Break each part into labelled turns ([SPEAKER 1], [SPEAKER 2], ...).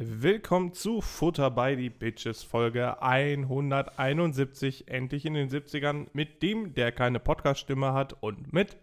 [SPEAKER 1] Willkommen zu Futter by the Bitches Folge 171, endlich in den 70ern, mit dem, der keine Podcast-Stimme hat und mit.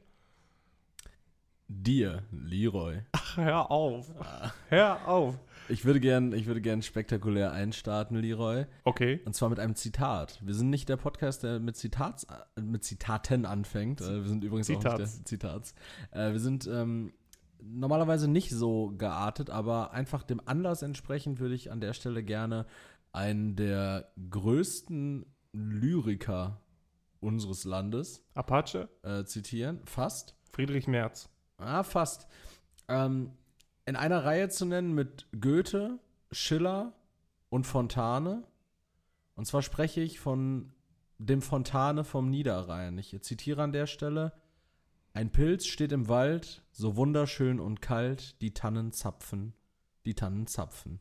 [SPEAKER 2] Dir, Leroy.
[SPEAKER 1] Ach, hör auf! Ah. Hör auf!
[SPEAKER 2] Ich würde gern, ich würde gern spektakulär einstarten, Leroy.
[SPEAKER 1] Okay.
[SPEAKER 2] Und zwar mit einem Zitat. Wir sind nicht der Podcast, der mit Zitats, äh, mit Zitaten anfängt. Äh, Wir sind übrigens auch
[SPEAKER 1] Zitats.
[SPEAKER 2] nicht der Zitats. Äh, Wir sind ähm, normalerweise nicht so geartet, aber einfach dem Anlass entsprechend würde ich an der Stelle gerne einen der größten Lyriker unseres Landes
[SPEAKER 1] Apache,
[SPEAKER 2] äh, zitieren. Fast.
[SPEAKER 1] Friedrich Merz.
[SPEAKER 2] Ah, fast. Ähm, in einer Reihe zu nennen mit Goethe, Schiller und Fontane. Und zwar spreche ich von dem Fontane vom Niederrhein. Ich zitiere an der Stelle: Ein Pilz steht im Wald, so wunderschön und kalt, die Tannen zapfen, die Tannen zapfen.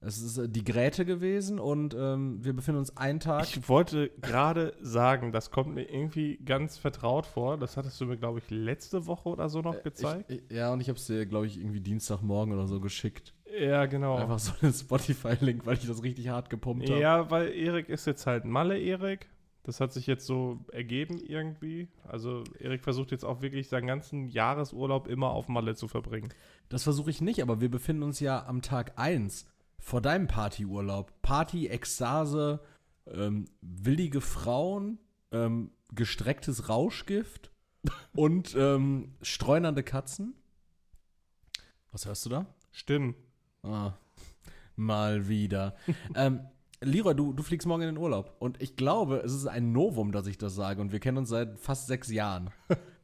[SPEAKER 2] Es ist äh, die Gräte gewesen und ähm, wir befinden uns einen Tag.
[SPEAKER 1] Ich wollte gerade sagen, das kommt mir irgendwie ganz vertraut vor. Das hattest du mir, glaube ich, letzte Woche oder so noch gezeigt.
[SPEAKER 2] Ich, ich, ja, und ich habe es dir, glaube ich, irgendwie Dienstagmorgen oder so geschickt.
[SPEAKER 1] ja, genau.
[SPEAKER 2] Einfach so einen Spotify-Link, weil ich das richtig hart gepumpt habe.
[SPEAKER 1] Ja, weil Erik ist jetzt halt Malle-Erik. Das hat sich jetzt so ergeben irgendwie. Also Erik versucht jetzt auch wirklich seinen ganzen Jahresurlaub immer auf Malle zu verbringen.
[SPEAKER 2] Das versuche ich nicht, aber wir befinden uns ja am Tag 1 vor deinem Partyurlaub. Party, Ekstase, ähm, willige Frauen, ähm, gestrecktes Rauschgift und ähm, streunernde Katzen. Was hörst du da?
[SPEAKER 1] Stimmt.
[SPEAKER 2] Ah, mal wieder. ähm, Leroy, du, du fliegst morgen in den Urlaub. Und ich glaube, es ist ein Novum, dass ich das sage. Und wir kennen uns seit fast sechs Jahren.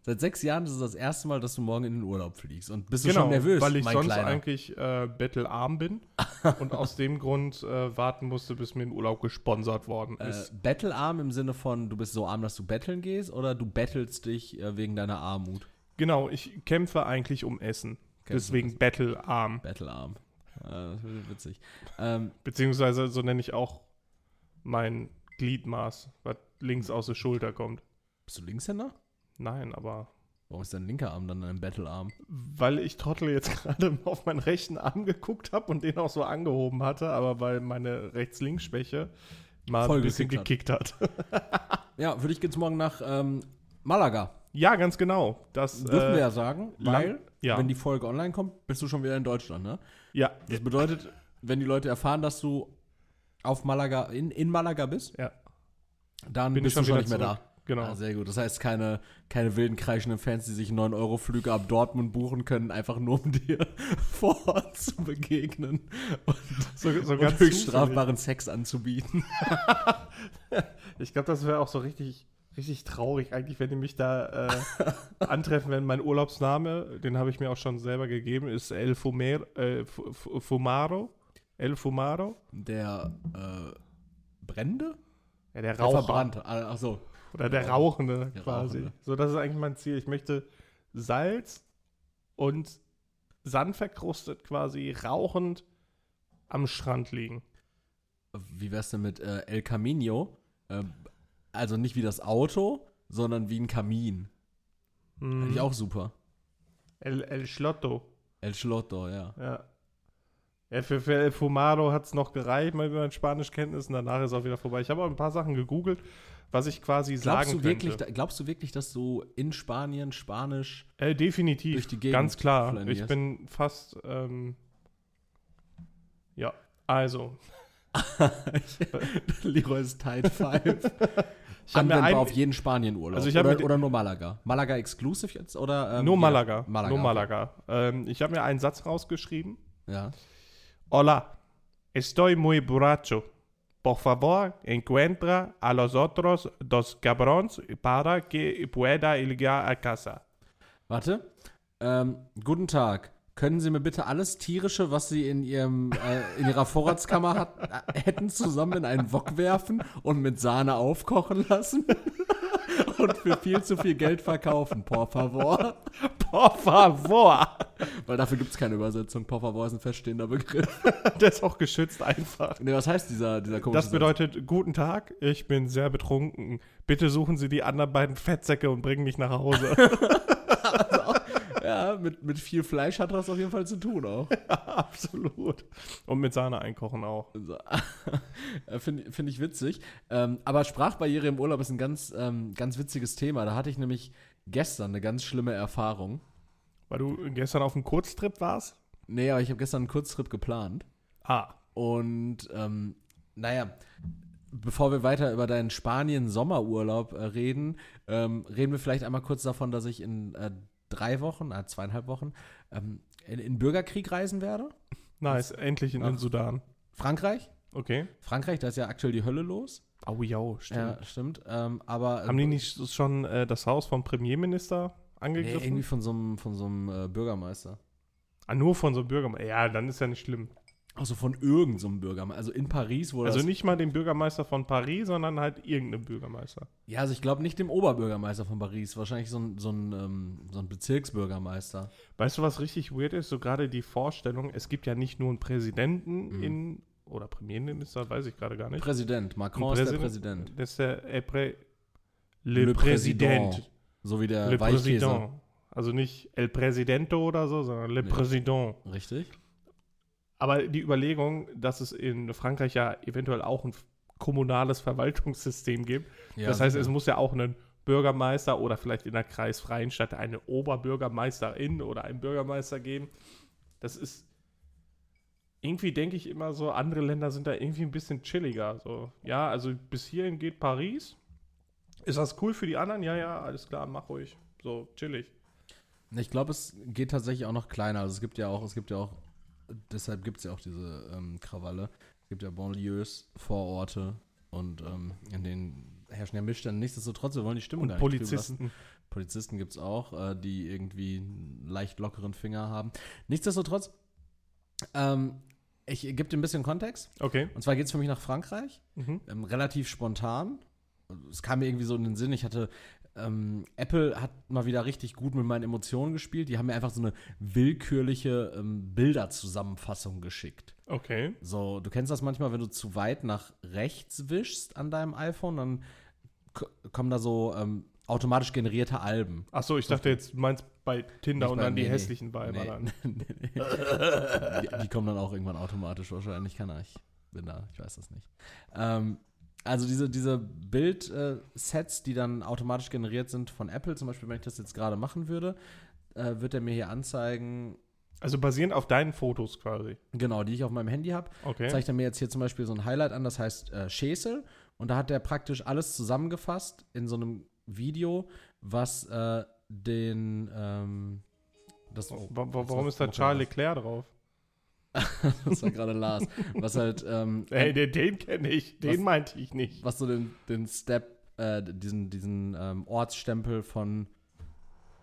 [SPEAKER 2] Seit sechs Jahren ist es das erste Mal, dass du morgen in den Urlaub fliegst. Und bist du schon nervös,
[SPEAKER 1] Genau, weil ich
[SPEAKER 2] mein
[SPEAKER 1] sonst
[SPEAKER 2] Kleiner?
[SPEAKER 1] eigentlich äh, bettelarm bin und aus dem Grund äh, warten musste, bis mir ein Urlaub gesponsert worden
[SPEAKER 2] Äh,
[SPEAKER 1] ist.
[SPEAKER 2] battlearm im Sinne von, du bist so arm, dass du betteln gehst? Oder du bettelst dich äh, wegen deiner Armut?
[SPEAKER 1] Genau, ich kämpfe eigentlich um Essen.
[SPEAKER 2] um
[SPEAKER 1] Deswegen bettelarm.
[SPEAKER 2] Battlearm. Äh, das wird witzig. Ähm,
[SPEAKER 1] Beziehungsweise so nenne ich auch mein Gliedmaß, was links aus der Schulter kommt.
[SPEAKER 2] bist du Linkshänder?
[SPEAKER 1] Nein, aber
[SPEAKER 2] Warum ist dein linker Arm dann ein Battlearm?
[SPEAKER 1] weil ich Trottel jetzt gerade auf meinen rechten Arm geguckt habe und den auch so angehoben hatte, aber weil meine Rechts-Links-Schwäche mal
[SPEAKER 2] Voll
[SPEAKER 1] ein bisschen
[SPEAKER 2] gekickt
[SPEAKER 1] gekickt hat.
[SPEAKER 2] Ja, für dich geht's morgen nach ähm, Malaga.
[SPEAKER 1] ja, ganz genau. Das
[SPEAKER 2] Dürfen
[SPEAKER 1] äh,
[SPEAKER 2] wir ja sagen, weil,
[SPEAKER 1] lang- ja.
[SPEAKER 2] wenn die Folge online kommt, bist du schon wieder in Deutschland, ne?
[SPEAKER 1] ja,
[SPEAKER 2] Das bedeutet, wenn die Leute erfahren, dass du auf Malaga, in, in Malaga bist,
[SPEAKER 1] ja,
[SPEAKER 2] dann
[SPEAKER 1] bin
[SPEAKER 2] bist
[SPEAKER 1] ich
[SPEAKER 2] du schon
[SPEAKER 1] schon
[SPEAKER 2] nicht
[SPEAKER 1] wieder
[SPEAKER 2] mehr
[SPEAKER 1] zurück.
[SPEAKER 2] da.
[SPEAKER 1] Genau.
[SPEAKER 2] Ah, sehr gut. Das heißt, keine, keine wilden, kreischenden Fans, die sich 9-Euro-Flüge ab Dortmund buchen können, einfach nur um dir vor Ort zu begegnen und,
[SPEAKER 1] so, so
[SPEAKER 2] und
[SPEAKER 1] ganz zufällig.
[SPEAKER 2] höchst strafbaren Sex anzubieten.
[SPEAKER 1] Ich glaube, das wäre auch so richtig, richtig traurig eigentlich, wenn die mich da äh, antreffen, wenn mein Urlaubsname, den habe ich mir auch schon selber gegeben, ist El Fumer, äh, Fu- Fu- Fumaro. El Fumaro.
[SPEAKER 2] Der äh, Brände?
[SPEAKER 1] Ja, der
[SPEAKER 2] Der
[SPEAKER 1] Raucher.
[SPEAKER 2] Verbrannte. Ah, Ach so.
[SPEAKER 1] Oder der Rauchende
[SPEAKER 2] Der
[SPEAKER 1] quasi.
[SPEAKER 2] Rauchende.
[SPEAKER 1] So, das ist eigentlich mein Ziel. Ich möchte Salz und sandverkrustet quasi rauchend am Strand liegen.
[SPEAKER 2] wie wär's denn mit äh, El Camino? Ähm, also nicht wie das Auto, sondern wie ein Kamin. Finde
[SPEAKER 1] Hm.
[SPEAKER 2] ich auch super.
[SPEAKER 1] El, El Schlotto.
[SPEAKER 2] El Schlotto, ja.
[SPEAKER 1] Ja. ja für, für El Fumado hat es noch gereicht, mal über meine Spanischkenntnissen. Danach ist auch wieder vorbei. Ich habe auch ein paar Sachen gegoogelt, was ich quasi
[SPEAKER 2] Glaubst
[SPEAKER 1] sagen
[SPEAKER 2] du, wirklich,
[SPEAKER 1] könnte.
[SPEAKER 2] da- glaubst du wirklich, dass du in Spanien Spanisch.
[SPEAKER 1] Äh, definitiv.
[SPEAKER 2] durch die Gegend
[SPEAKER 1] ganz klar.
[SPEAKER 2] flanierst?
[SPEAKER 1] Ich bin fast. Ähm, ja, also.
[SPEAKER 2] Leroy ist Tide 5.
[SPEAKER 1] Ich hab mir
[SPEAKER 2] Anwendbar
[SPEAKER 1] ein-
[SPEAKER 2] auf jeden Spanienurlaub.
[SPEAKER 1] Also ich hab
[SPEAKER 2] oder,
[SPEAKER 1] mir die-
[SPEAKER 2] oder nur Malaga. Malaga exclusive jetzt? Oder, ähm,
[SPEAKER 1] Nur
[SPEAKER 2] ja,
[SPEAKER 1] Malaga.
[SPEAKER 2] Malaga.
[SPEAKER 1] Nur Malaga. Ähm, ich habe mir einen Satz rausgeschrieben.
[SPEAKER 2] Ja.
[SPEAKER 1] Hola, estoy muy borracho. Por favor, encuentra a los otros dos cabrones para que pueda llegar a casa.
[SPEAKER 2] Warte. Ähm, guten Tag. Können Sie mir bitte alles Tierische, was Sie in, Ihrem, äh, in Ihrer Vorratskammer hat, äh, hätten, zusammen in einen Wok werfen und mit Sahne aufkochen lassen? und für viel zu viel Geld verkaufen, por favor.
[SPEAKER 1] Por favor.
[SPEAKER 2] Weil dafür gibt es keine Übersetzung. Por favor ist ein feststehender Begriff.
[SPEAKER 1] Das ist auch geschützt einfach.
[SPEAKER 2] Nee, was heißt dieser, dieser komische
[SPEAKER 1] Das bedeutet, guten Tag, ich bin sehr betrunken. Bitte suchen Sie die anderen beiden Fettsäcke und bringen mich nach Hause.
[SPEAKER 2] Satz? Ja, ne? Mit, mit viel Fleisch hat das auf jeden Fall zu tun auch.
[SPEAKER 1] Absolut. Und mit Sahne einkochen auch.
[SPEAKER 2] So. Äh, Finde find ich witzig. Ähm, aber Sprachbarriere im Urlaub ist ein ganz, ähm, ganz witziges Thema. Da hatte ich nämlich gestern eine ganz schlimme Erfahrung.
[SPEAKER 1] Weil du gestern auf einem Kurztrip warst?
[SPEAKER 2] Nee, aber ich habe gestern einen Kurztrip geplant.
[SPEAKER 1] Ah,
[SPEAKER 2] Und ähm, naja, bevor wir weiter über deinen Spanien-Sommerurlaub äh, reden, ähm, reden wir vielleicht einmal kurz davon, dass ich in äh, drei Wochen, äh, zweieinhalb Wochen, ähm, in, in Bürgerkrieg reisen werde.
[SPEAKER 1] nice. Endlich in den
[SPEAKER 2] Ach.
[SPEAKER 1] Sudan.
[SPEAKER 2] Frankreich?
[SPEAKER 1] Okay.
[SPEAKER 2] Frankreich, da ist ja aktuell die Hölle los.
[SPEAKER 1] Au, Ah, oh, jau, stimmt.
[SPEAKER 2] Ja, stimmt. Ähm, aber äh,
[SPEAKER 1] Haben die nicht schon äh, das Haus vom Premierminister
[SPEAKER 2] nee,
[SPEAKER 1] angegriffen?
[SPEAKER 2] irgendwie von so einem, von so einem äh, Bürgermeister.
[SPEAKER 1] ah, nur von so einem Bürgermeister. Ja, dann ist ja nicht schlimm.
[SPEAKER 2] Also von irgendeinem Bürgermeister. Also in Paris wurde
[SPEAKER 1] Also
[SPEAKER 2] das.
[SPEAKER 1] nicht mal den Bürgermeister von Paris, sondern halt irgendeinen Bürgermeister.
[SPEAKER 2] Ja, also ich glaube nicht dem Oberbürgermeister von Paris, wahrscheinlich so ein, so ein, ähm, so ein Bezirksbürgermeister.
[SPEAKER 1] Weißt du, was richtig weird ist? So gerade die Vorstellung, es gibt ja nicht nur einen
[SPEAKER 2] Mhm.
[SPEAKER 1] Präsidenten in, oder Premierminister, weiß ich gerade gar nicht.
[SPEAKER 2] Präsident. Macron ist der Präsident.
[SPEAKER 1] Das ist der äh, Prä, Le,
[SPEAKER 2] Président.
[SPEAKER 1] Président.
[SPEAKER 2] So wie der
[SPEAKER 1] Le
[SPEAKER 2] Weichkäse.
[SPEAKER 1] Président. Also nicht El Presidente oder so, sondern Le
[SPEAKER 2] Nee.
[SPEAKER 1] Président.
[SPEAKER 2] Richtig?
[SPEAKER 1] Aber die Überlegung, dass es in Frankreich ja eventuell auch ein kommunales Verwaltungssystem gibt,
[SPEAKER 2] Ja,
[SPEAKER 1] das heißt,
[SPEAKER 2] sicher.
[SPEAKER 1] es muss ja auch einen Bürgermeister oder vielleicht in der kreisfreien Stadt eine Oberbürgermeisterin oder einen Bürgermeister geben. Das ist irgendwie denke ich immer so, andere Länder sind da irgendwie ein bisschen chilliger. So, ja, also bis hierhin geht Paris. Ist das cool für die anderen? Ja, ja, alles klar, mach ruhig. So, chillig.
[SPEAKER 2] Ich glaube, es geht tatsächlich auch noch kleiner. Also es gibt ja auch, es gibt ja auch, deshalb gibt es ja auch diese ähm, Krawalle. Es gibt ja Banlieues, Vororte und ähm, in denen herrschen ja Missstände. Nichtsdestotrotz, wir wollen die Stimmung
[SPEAKER 1] Und
[SPEAKER 2] gar nicht trüben lassen.
[SPEAKER 1] Polizisten.
[SPEAKER 2] Polizisten gibt es auch, äh, die irgendwie einen leicht lockeren Finger haben. Nichtsdestotrotz, ähm, ich gebe dir ein bisschen Kontext.
[SPEAKER 1] Okay.
[SPEAKER 2] Und zwar geht es für mich nach Frankreich.
[SPEAKER 1] Mhm.
[SPEAKER 2] ähm, relativ spontan. Es kam mir irgendwie so in den Sinn, ich hatte, ähm, Apple hat mal wieder richtig gut mit meinen Emotionen gespielt. Die haben mir einfach so eine willkürliche ähm, Bilderzusammenfassung geschickt.
[SPEAKER 1] Okay.
[SPEAKER 2] So, du kennst das manchmal, wenn du zu weit nach rechts wischst an deinem iPhone, dann k- kommen da so ähm, automatisch generierte Alben.
[SPEAKER 1] Achso, ich dachte jetzt, du meinst bei Tinder
[SPEAKER 2] Nicht
[SPEAKER 1] und
[SPEAKER 2] bei-
[SPEAKER 1] dann die
[SPEAKER 2] nee, nee.
[SPEAKER 1] hässlichen beiden.
[SPEAKER 2] Nee. Nee, nee. die, die kommen dann auch irgendwann automatisch wahrscheinlich. Kann er. Ich bin da, ich weiß das nicht. Ähm, also diese, diese Bild-Sets, die dann automatisch generiert sind von Apple, zum Beispiel, wenn ich das jetzt gerade machen würde, äh, wird er mir hier anzeigen,
[SPEAKER 1] Also basierend auf deinen Fotos quasi.
[SPEAKER 2] genau, die ich auf meinem Handy habe,
[SPEAKER 1] Okay.
[SPEAKER 2] zeigt er mir jetzt hier zum Beispiel so ein Highlight an, das heißt äh, Schäsel. Und da hat er praktisch alles zusammengefasst in so einem Video, was äh, den ähm, das,
[SPEAKER 1] Wa- Oh, wa-
[SPEAKER 2] Oh, jetzt
[SPEAKER 1] Warum
[SPEAKER 2] läuft
[SPEAKER 1] ist da
[SPEAKER 2] noch was.
[SPEAKER 1] Charles Leclerc drauf?
[SPEAKER 2] das war gerade Lars, was halt, ähm,
[SPEAKER 1] Ey, den, den kenne ich. Den
[SPEAKER 2] Was-
[SPEAKER 1] meinte ich nicht.
[SPEAKER 2] was so den, den Step, äh, diesen, diesen ähm, Ortsstempel von,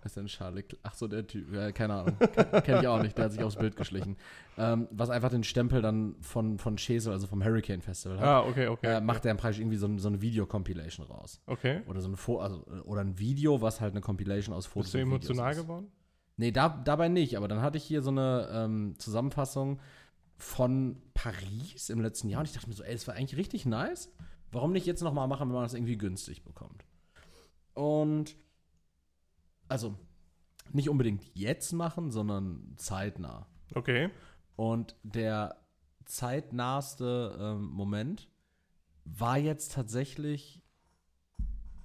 [SPEAKER 2] was ist denn Charlie? Cl- Ach so, der Typ, äh, keine Ahnung, kenne ich auch nicht, der hat sich aufs Bild geschlichen. Ähm, was einfach den Stempel dann von, von Chesel, also vom Hurricane Festival hat,
[SPEAKER 1] Ah, okay, okay.
[SPEAKER 2] äh, macht er dann praktisch irgendwie so, ein- so eine Video-Compilation raus.
[SPEAKER 1] okay.
[SPEAKER 2] Oder so ein Fo also, äh, oder ein Video, was halt eine Compilation aus Fotos
[SPEAKER 1] Bist du
[SPEAKER 2] und Videos
[SPEAKER 1] emotional
[SPEAKER 2] ist.
[SPEAKER 1] geworden?
[SPEAKER 2] Nee, da, dabei nicht, aber dann hatte ich hier so eine ähm, Zusammenfassung von Paris im letzten Jahr und ich dachte mir so, ey, das war eigentlich richtig nice. Warum nicht jetzt nochmal machen, wenn man das irgendwie günstig bekommt? Und also nicht unbedingt jetzt machen, sondern zeitnah.
[SPEAKER 1] Okay.
[SPEAKER 2] Und der zeitnahste ähm, Moment war jetzt tatsächlich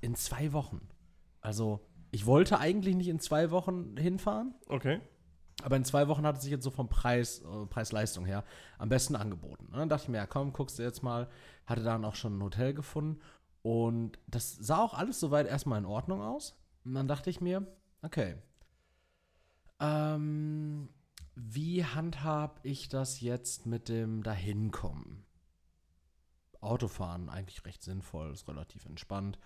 [SPEAKER 2] in zwei Wochen. Also ich wollte eigentlich nicht in zwei Wochen hinfahren.
[SPEAKER 1] Okay.
[SPEAKER 2] Aber in zwei Wochen hat es sich jetzt so vom Preis, äh, Preis-Leistung her am besten angeboten. Und dann dachte ich mir, ja komm, guckst du jetzt mal. Hatte dann auch schon ein Hotel gefunden. Und das sah auch alles soweit erstmal in Ordnung aus. Und dann dachte ich mir, okay, ähm, wie handhab ich das jetzt mit dem Dahinkommen? Autofahren eigentlich recht sinnvoll, ist relativ entspannt.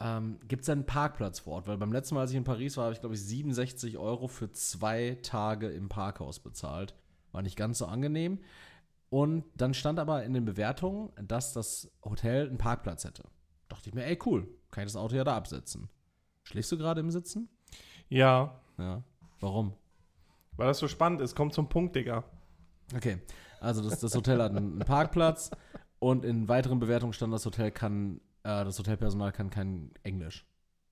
[SPEAKER 2] Ähm, Gibt es einen Parkplatz vor Ort? Weil beim letzten Mal, als ich in Paris war, habe ich, glaube ich, 67 Euro für zwei Tage im Parkhaus bezahlt. War nicht ganz so angenehm. Und dann stand aber in den Bewertungen, dass das Hotel einen Parkplatz hätte. Dachte ich mir, ey, cool, kann ich das Auto ja da absetzen. Schläfst du gerade im Sitzen?
[SPEAKER 1] Ja.
[SPEAKER 2] Ja. Warum?
[SPEAKER 1] Weil das so spannend ist. Kommt zum Punkt, Digga.
[SPEAKER 2] Okay, also das, das Hotel hat einen, einen Parkplatz und in weiteren Bewertungen stand, das Hotel kann, äh, das Hotelpersonal kann kein Englisch.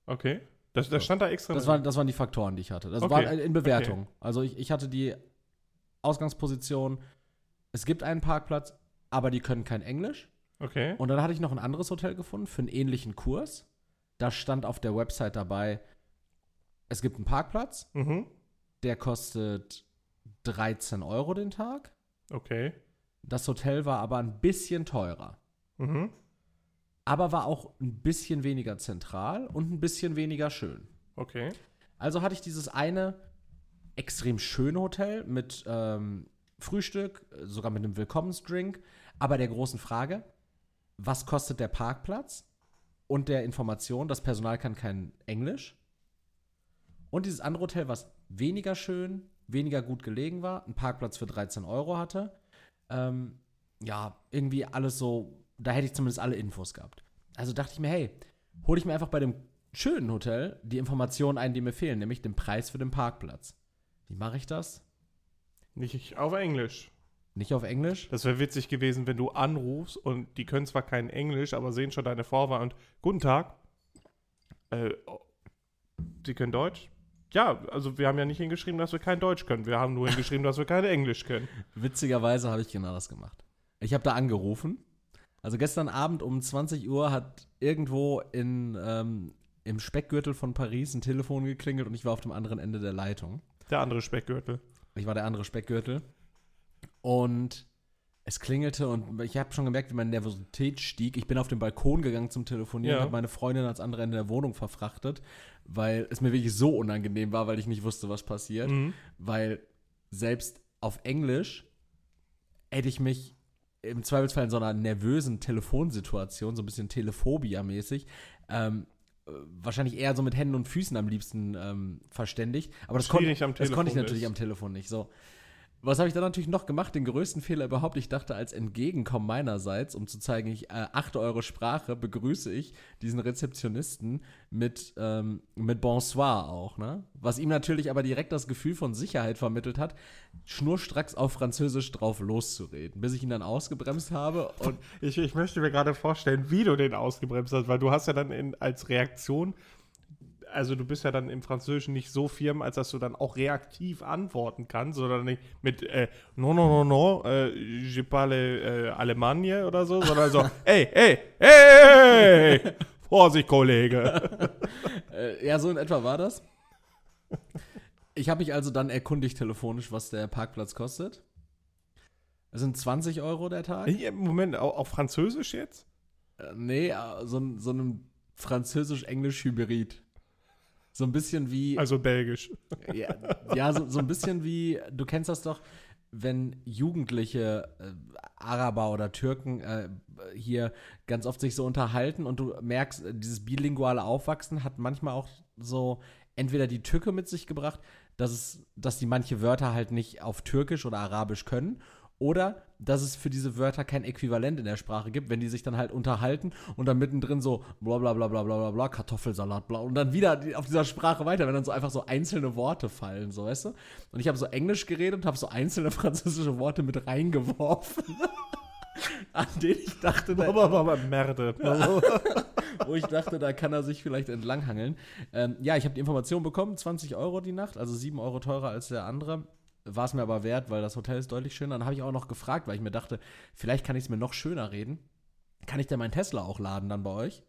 [SPEAKER 1] Okay. Das, das stand da extra.
[SPEAKER 2] Das, waren, das waren die Faktoren, die ich hatte. Das
[SPEAKER 1] Okay.
[SPEAKER 2] war in Bewertung. Also ich, ich hatte die Ausgangsposition, es gibt einen Parkplatz, aber die können kein Englisch.
[SPEAKER 1] okay.
[SPEAKER 2] Und dann hatte ich noch ein anderes Hotel gefunden für einen ähnlichen Kurs. Da stand auf der Website dabei, es gibt einen Parkplatz,
[SPEAKER 1] Mhm.
[SPEAKER 2] der kostet 13 Euro den Tag.
[SPEAKER 1] Okay.
[SPEAKER 2] Das Hotel war aber ein bisschen teurer.
[SPEAKER 1] Mhm.
[SPEAKER 2] Aber war auch ein bisschen weniger zentral und ein bisschen weniger schön.
[SPEAKER 1] Okay.
[SPEAKER 2] Also hatte ich dieses eine extrem schöne Hotel mit ähm, Frühstück, sogar mit einem Willkommensdrink, aber der großen Frage, was kostet der Parkplatz und der Information, das Personal kann kein Englisch. Und dieses andere Hotel, was weniger schön, weniger gut gelegen war, einen Parkplatz für 13 Euro hatte. Ähm, ja, irgendwie alles so, da hätte ich zumindest alle Infos gehabt. Also dachte ich mir, hey, hole ich mir einfach bei dem schönen Hotel die Informationen ein, die mir fehlen, nämlich den Preis für den Parkplatz. Wie mache ich das?
[SPEAKER 1] Nicht auf Englisch.
[SPEAKER 2] Nicht auf Englisch?
[SPEAKER 1] Das wäre witzig gewesen, wenn du anrufst und die können zwar kein Englisch, aber sehen schon deine Vorwahl und Guten Tag. Äh, oh, sie können Deutsch? Ja, also wir haben ja nicht hingeschrieben, dass wir kein Deutsch können. Wir haben nur hingeschrieben, dass wir kein Englisch können.
[SPEAKER 2] Witzigerweise habe ich genau das gemacht. Ich habe da angerufen. Also gestern Abend um 20 Uhr hat irgendwo in, ähm, im Speckgürtel von Paris ein Telefon geklingelt und ich war auf dem anderen Ende der Leitung.
[SPEAKER 1] Der andere Speckgürtel.
[SPEAKER 2] Ich war der andere Speckgürtel. Und es klingelte und ich habe schon gemerkt, wie meine Nervosität stieg. Ich bin auf den Balkon gegangen zum Telefonieren,
[SPEAKER 1] Ja.
[SPEAKER 2] habe meine Freundin ans andere Ende der Wohnung verfrachtet, weil es mir wirklich so unangenehm war, weil ich nicht wusste, was passiert.
[SPEAKER 1] Mhm.
[SPEAKER 2] Weil selbst auf Englisch hätte ich mich im Zweifelsfall in so einer nervösen Telefonsituation, so ein bisschen Telephobia-mäßig, ähm, äh, wahrscheinlich eher so mit Händen und Füßen am liebsten ähm, verständigt. Aber das, kon
[SPEAKER 1] Schwierig am
[SPEAKER 2] das konnte ich
[SPEAKER 1] Telefon
[SPEAKER 2] natürlich
[SPEAKER 1] ist.
[SPEAKER 2] am Telefon nicht. So. Was habe ich dann natürlich noch gemacht? Den größten Fehler überhaupt. Ich dachte, als Entgegenkommen meinerseits, um zu zeigen, ich äh, achte eure Sprache, begrüße ich diesen Rezeptionisten mit, ähm, mit Bonsoir auch. Ne? Was ihm natürlich aber direkt das Gefühl von Sicherheit vermittelt hat, schnurstracks auf Französisch drauf loszureden, bis ich ihn dann ausgebremst habe und
[SPEAKER 1] Ich, ich möchte mir gerade vorstellen, wie du den ausgebremst hast, weil du hast ja dann in, als Reaktion, also du bist ja dann im Französischen nicht so firm, als dass du dann auch reaktiv antworten kannst, sondern nicht mit äh, no, no, no, no, äh, je parle äh, Allemagne oder so, sondern so, ey, ey, ey, ey, Vorsicht, Kollege.
[SPEAKER 2] Äh, ja, so in etwa war das. Ich habe mich also dann erkundigt telefonisch, was der Parkplatz kostet. Es sind 20 Euro der Tag.
[SPEAKER 1] Hier, Moment, au- auf Französisch jetzt?
[SPEAKER 2] Äh, nee, äh, so, ein- so ein französisch-englisch-Hybrid. So ein bisschen wie.
[SPEAKER 1] Also Belgisch.
[SPEAKER 2] ja, ja so, so ein bisschen wie. Du kennst das doch, wenn Jugendliche äh, Araber oder Türken äh, hier ganz oft sich so unterhalten und du merkst, äh, dieses bilinguale Aufwachsen hat manchmal auch so entweder die Tücke mit sich gebracht, dass, es, dass die manche Wörter halt nicht auf Türkisch oder Arabisch können. Oder dass es für diese Wörter kein Äquivalent in der Sprache gibt, wenn die sich dann halt unterhalten und dann mittendrin so bla bla bla bla bla bla bla, Kartoffelsalat bla und dann wieder die- auf dieser Sprache weiter, wenn dann so einfach so einzelne Worte fallen, so weißt du? Und ich habe so Englisch geredet und habe so einzelne französische Worte mit reingeworfen, an denen ich dachte, da
[SPEAKER 1] Merde.
[SPEAKER 2] wo ich dachte, da kann er sich vielleicht entlanghangeln. Ähm, ja, ich habe die Information bekommen, 20 Euro die Nacht, also 7 Euro teurer als der andere. War es mir aber wert, weil das Hotel ist deutlich schöner. Dann habe ich auch noch gefragt, weil ich mir dachte, vielleicht kann ich es mir noch schöner reden. Kann ich denn meinen Tesla auch laden dann bei euch?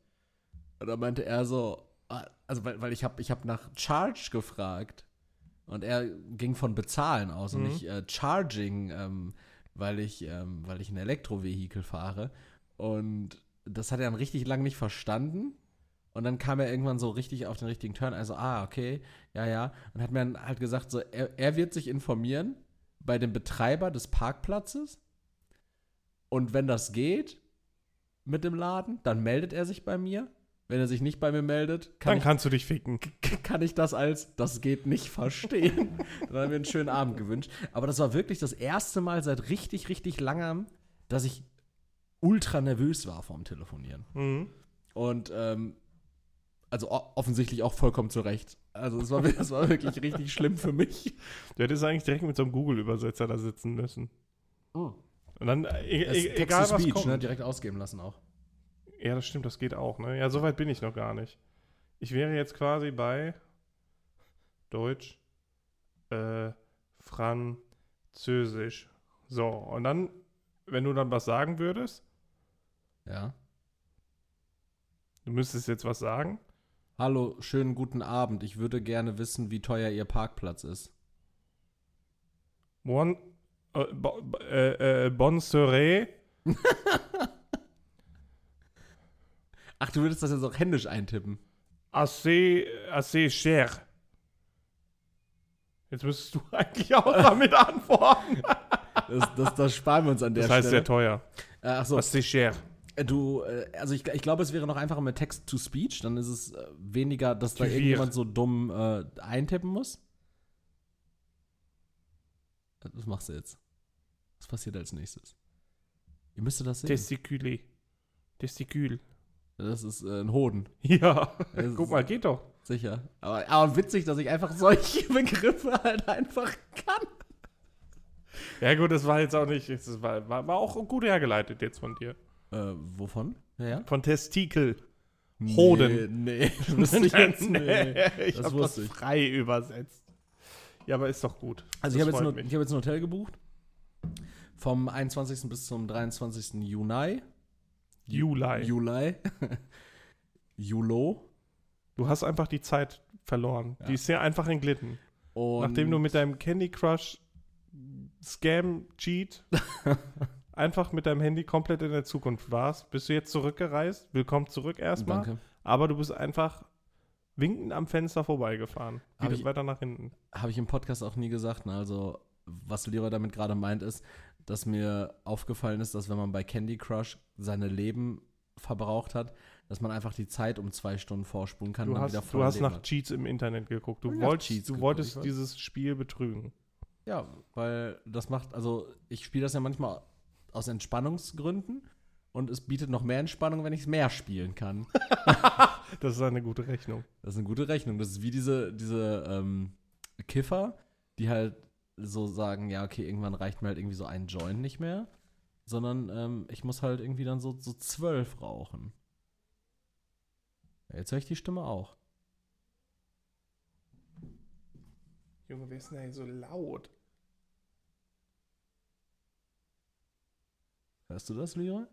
[SPEAKER 2] Und dann meinte er so, ah, also weil, weil ich habe ich hab nach Charge gefragt. Und er ging von Bezahlen aus und
[SPEAKER 1] Mhm.
[SPEAKER 2] nicht äh, Charging, ähm, weil, ich, ähm, weil ich ein Elektrovehikel fahre. Und das hat er dann richtig lang nicht verstanden. Und dann kam er irgendwann so richtig auf den richtigen Turn. Also, ah, okay, ja, ja. Und hat mir dann halt gesagt, so, er, er wird sich informieren bei dem Betreiber des Parkplatzes. Und wenn das geht mit dem Laden, dann meldet er sich bei mir. Wenn er sich nicht bei mir meldet, kann,
[SPEAKER 1] Dann
[SPEAKER 2] ich,
[SPEAKER 1] kannst du dich ficken.
[SPEAKER 2] kann ich das als das geht nicht verstehen. Dann haben wir einen schönen Abend gewünscht. Aber das war wirklich das erste Mal seit richtig, richtig langem, dass ich ultra nervös war vorm Telefonieren.
[SPEAKER 1] Mhm.
[SPEAKER 2] Und ähm, also o- offensichtlich auch vollkommen zu Recht. Also es war, es war wirklich richtig schlimm für mich.
[SPEAKER 1] Du hättest eigentlich direkt mit so einem Google-Übersetzer da sitzen müssen. Und dann, äh, e
[SPEAKER 2] Das
[SPEAKER 1] e egal was kommt.
[SPEAKER 2] ne, direkt ausgeben lassen auch.
[SPEAKER 1] Ja, das stimmt, das geht auch, ne? Ja, so weit bin ich noch gar nicht. Ich wäre jetzt quasi bei Deutsch, äh, Französisch. So, und dann, wenn du dann was sagen würdest,
[SPEAKER 2] Ja.
[SPEAKER 1] du müsstest jetzt was sagen.
[SPEAKER 2] Hallo, schönen guten Abend. Ich würde gerne wissen, wie teuer Ihr Parkplatz ist.
[SPEAKER 1] Bon, äh, bo, äh, äh, bon soirée.
[SPEAKER 2] Ach, du würdest das jetzt auch händisch eintippen.
[SPEAKER 1] assez, assez cher. Jetzt müsstest du eigentlich auch damit antworten.
[SPEAKER 2] Das, das, das sparen wir uns an der
[SPEAKER 1] Das heißt sehr
[SPEAKER 2] Stelle.
[SPEAKER 1] teuer.
[SPEAKER 2] Äh, Ach so,
[SPEAKER 1] Assez cher.
[SPEAKER 2] äh, du, äh, also ich, ich glaube, es wäre noch einfacher mit Text-to-Speech. Dann ist es äh, weniger, dass da
[SPEAKER 1] Tyvir.
[SPEAKER 2] irgendjemand so dumm äh, eintippen muss. Äh, Was machst du jetzt? Was passiert als nächstes? Ihr müsstet das sehen.
[SPEAKER 1] Testiculé. Testikül.
[SPEAKER 2] Das ist äh, ein Hoden,
[SPEAKER 1] Ja.
[SPEAKER 2] Es
[SPEAKER 1] Guck
[SPEAKER 2] ist-
[SPEAKER 1] mal, geht doch.
[SPEAKER 2] sicher. Aber, aber witzig, dass ich einfach solche Begriffe halt einfach kann.
[SPEAKER 1] Ja, gut, das war jetzt auch nicht. Das war, war, war auch gut hergeleitet jetzt von dir.
[SPEAKER 2] Äh, wovon? Ja, ja.
[SPEAKER 1] Von Testikel. Hoden.
[SPEAKER 2] Nee, nee. das wusste ich jetzt nicht.
[SPEAKER 1] ich
[SPEAKER 2] Das
[SPEAKER 1] habe das
[SPEAKER 2] wusste ich.
[SPEAKER 1] frei übersetzt. Ja, aber ist doch gut.
[SPEAKER 2] Also ich habe
[SPEAKER 1] Das freut
[SPEAKER 2] jetzt, nur-
[SPEAKER 1] mich.
[SPEAKER 2] ich hab jetzt ein Hotel gebucht. Vom 21. bis zum 23. Juni.
[SPEAKER 1] Juli.
[SPEAKER 2] Juli. Julo.
[SPEAKER 1] Du hast einfach die Zeit verloren.
[SPEAKER 2] Ja.
[SPEAKER 1] Die ist sehr einfach entglitten.
[SPEAKER 2] Und
[SPEAKER 1] Nachdem du mit deinem Candy Crush Scam Cheat einfach mit deinem Handy komplett in der Zukunft warst, bist du jetzt zurückgereist. Willkommen zurück erstmal.
[SPEAKER 2] Danke.
[SPEAKER 1] Aber du bist einfach winkend am Fenster vorbeigefahren.
[SPEAKER 2] Hab
[SPEAKER 1] Geht es
[SPEAKER 2] ich-
[SPEAKER 1] weiter nach hinten.
[SPEAKER 2] Habe ich im Podcast auch nie gesagt. Ne? Also, was Lira damit gerade meint, ist, dass mir aufgefallen ist, dass wenn man bei Candy Crush seine Leben verbraucht hat, dass man einfach die Zeit um zwei Stunden vorspulen kann
[SPEAKER 1] Du
[SPEAKER 2] und dann
[SPEAKER 1] hast,
[SPEAKER 2] wieder
[SPEAKER 1] du
[SPEAKER 2] voll
[SPEAKER 1] hast
[SPEAKER 2] Leben
[SPEAKER 1] nach
[SPEAKER 2] hat.
[SPEAKER 1] Cheats im Internet geguckt. Du
[SPEAKER 2] Hab ich nach
[SPEAKER 1] wolltest,
[SPEAKER 2] Cheats
[SPEAKER 1] du
[SPEAKER 2] geguckt, ich
[SPEAKER 1] wolltest
[SPEAKER 2] weiß.
[SPEAKER 1] dieses Spiel betrügen.
[SPEAKER 2] Ja, weil das macht, also ich spiele das ja manchmal aus Entspannungsgründen und es bietet noch mehr Entspannung, wenn ich es mehr spielen kann.
[SPEAKER 1] Das ist eine gute Rechnung.
[SPEAKER 2] Das ist eine gute Rechnung. Das ist wie diese, diese ähm, Kiffer, die halt so sagen, ja, okay, irgendwann reicht mir halt irgendwie so ein Joint nicht mehr, sondern ähm, ich muss halt irgendwie dann so, so zwölf rauchen. Ja, Jetzt höre ich die Stimme auch.
[SPEAKER 1] Junge, wer ist denn so laut?
[SPEAKER 2] Hörst du das, Lyra?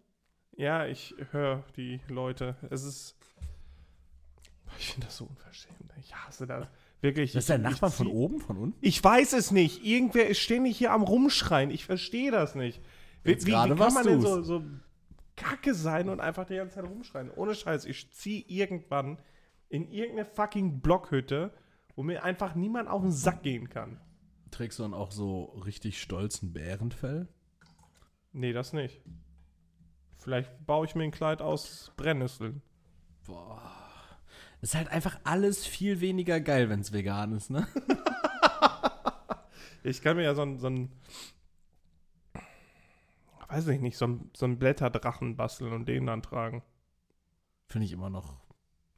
[SPEAKER 1] Ja, ich höre die Leute. Es ist. Ich finde das so unverschämt. Ich hasse das. Wirklich.
[SPEAKER 2] Das
[SPEAKER 1] ich-
[SPEAKER 2] ist der
[SPEAKER 1] ich
[SPEAKER 2] Nachbar von
[SPEAKER 1] zieh-
[SPEAKER 2] oben, von unten?
[SPEAKER 1] Ich weiß es nicht. Irgendwer ist ständig hier am Rumschreien. Ich verstehe das nicht. Wie,
[SPEAKER 2] Jetzt
[SPEAKER 1] wie, wie
[SPEAKER 2] gerade
[SPEAKER 1] kann
[SPEAKER 2] warst
[SPEAKER 1] man denn
[SPEAKER 2] du's.
[SPEAKER 1] so, so kacke sein und einfach die ganze Zeit rumschreien? Ohne Scheiß. Ich ziehe irgendwann in irgendeine fucking Blockhütte, wo mir einfach niemand auf den Sack gehen kann.
[SPEAKER 2] Trägst du dann auch so richtig stolzen Bärenfell?
[SPEAKER 1] Nee, das nicht. Vielleicht baue ich mir ein Kleid aus Brennnesseln.
[SPEAKER 2] Ist halt einfach alles viel weniger geil, wenn es vegan ist, ne?
[SPEAKER 1] Ich kann mir ja so ein, so ein weiß ich nicht, so ein, so ein Blätterdrachen basteln und den dann tragen.
[SPEAKER 2] Finde ich immer noch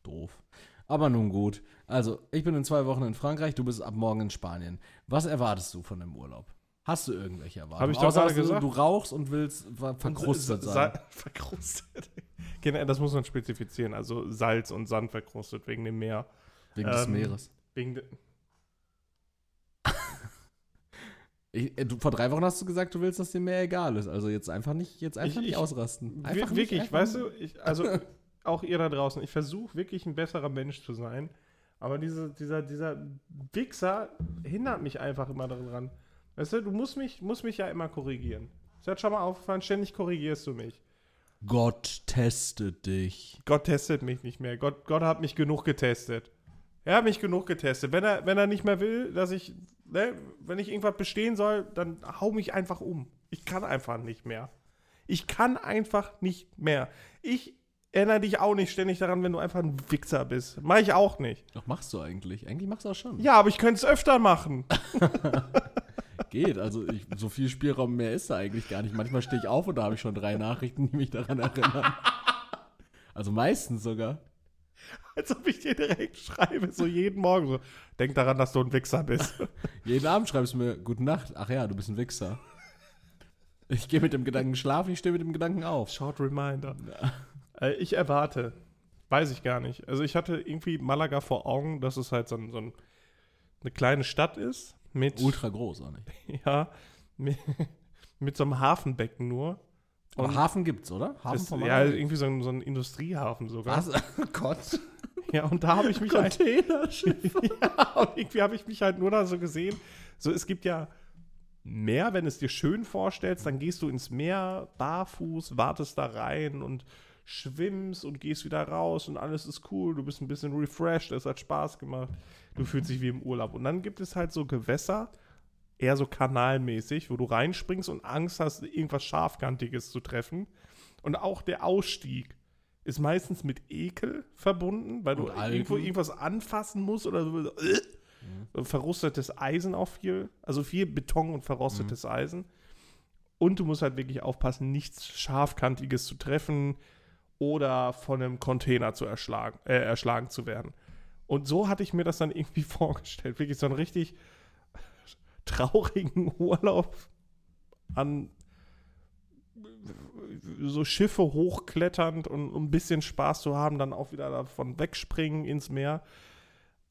[SPEAKER 2] doof. Aber nun gut. Also, ich bin in zwei Wochen in Frankreich, du bist ab morgen in Spanien. Was erwartest du von dem Urlaub? Hast du irgendwelche Erwartungen?
[SPEAKER 1] Hab ich doch
[SPEAKER 2] Außer,
[SPEAKER 1] gerade
[SPEAKER 2] dass du,
[SPEAKER 1] gesagt.
[SPEAKER 2] du rauchst und willst ver- verkrustet
[SPEAKER 1] Und sa-
[SPEAKER 2] sein.
[SPEAKER 1] sa- Verkrustet. Genau, das muss man spezifizieren. Also Salz und Sand verkrustet wegen dem Meer.
[SPEAKER 2] Wegen des
[SPEAKER 1] ähm,
[SPEAKER 2] Meeres.
[SPEAKER 1] Wegen de
[SPEAKER 2] Ich, äh, du, vor drei Wochen hast du gesagt, du willst, dass dir mehr egal ist. Also jetzt einfach nicht, jetzt einfach
[SPEAKER 1] Ich-
[SPEAKER 2] nicht
[SPEAKER 1] ich-
[SPEAKER 2] ausrasten.
[SPEAKER 1] Wir-
[SPEAKER 2] Einfach nicht,
[SPEAKER 1] wirklich,
[SPEAKER 2] einfach
[SPEAKER 1] weißt
[SPEAKER 2] nicht.
[SPEAKER 1] du, ich, also auch ihr da draußen, ich versuche wirklich ein besserer Mensch zu sein, aber diese, dieser, dieser Wichser hindert mich einfach immer daran. Weißt du, du musst mich, musst mich ja immer korrigieren. Ist hat schon mal aufgefallen, ständig korrigierst du mich.
[SPEAKER 2] Gott testet dich.
[SPEAKER 1] Gott testet mich nicht mehr. Gott, Gott hat mich genug getestet. Er hat mich genug getestet. Wenn er, wenn er nicht mehr will, dass ich, ne, wenn ich irgendwas bestehen soll, dann hau mich einfach um. Ich kann einfach nicht mehr. Ich kann einfach nicht mehr. Ich erinnere dich auch nicht ständig daran, wenn du einfach ein Wichser bist. Mach ich auch nicht.
[SPEAKER 2] Doch machst du eigentlich. Eigentlich machst du auch schon.
[SPEAKER 1] Ja, aber ich könnte es öfter machen.
[SPEAKER 2] Geht, also ich, so viel Spielraum mehr ist da eigentlich gar nicht. Manchmal stehe ich auf und da habe ich schon drei Nachrichten, die mich daran erinnern. Also meistens sogar.
[SPEAKER 1] Als ob ich dir direkt schreibe, so jeden Morgen. So, denk daran, dass du ein Wichser bist.
[SPEAKER 2] Jeden Abend schreibst du mir, gute Nacht, ach ja, du bist ein Wichser. Ich gehe mit dem Gedanken schlafen, ich stehe mit dem Gedanken auf.
[SPEAKER 1] Short Reminder. Äh, ich erwarte Weiß ich gar nicht. Also ich hatte irgendwie Malaga vor Augen, dass es halt so, ein, so ein, eine kleine Stadt ist mit,
[SPEAKER 2] Ultra groß, auch nicht.
[SPEAKER 1] ja, mit, mit so einem Hafenbecken nur.
[SPEAKER 2] Aber Hafen gibt's, oder? Hafen
[SPEAKER 1] es,
[SPEAKER 2] vom
[SPEAKER 1] ja, irgendwie so ein, so ein Industriehafen sogar.
[SPEAKER 2] Was? Oh Gott.
[SPEAKER 1] Ja, und da habe ich mich halt,
[SPEAKER 2] Containerschiff.
[SPEAKER 1] ja, und irgendwie habe ich mich halt nur da so gesehen. So, es gibt ja Meer, wenn du es dir schön vorstellst, dann gehst du ins Meer barfuß, wartest da rein und schwimmst und gehst wieder raus und alles ist cool. Du bist ein bisschen refreshed, es hat Spaß gemacht. Du fühlst dich wie im Urlaub. Und dann gibt es halt so Gewässer, eher so kanalmäßig, wo du reinspringst und Angst hast, irgendwas Scharfkantiges zu treffen. Und auch der Ausstieg ist meistens mit Ekel verbunden, weil du
[SPEAKER 2] Und Algen.
[SPEAKER 1] irgendwo irgendwas anfassen musst oder so. äh,
[SPEAKER 2] Mhm.
[SPEAKER 1] Verrostetes Eisen auch viel, also viel Beton und verrostetes
[SPEAKER 2] Mhm.
[SPEAKER 1] Eisen. Und du musst halt wirklich aufpassen, nichts Scharfkantiges zu treffen oder von einem Container zu erschlagen, äh, erschlagen zu werden. Und so hatte ich mir das dann irgendwie vorgestellt. Wirklich so einen richtig traurigen Urlaub an so Schiffe hochkletternd und um ein bisschen Spaß zu haben, dann auch wieder davon wegspringen ins Meer.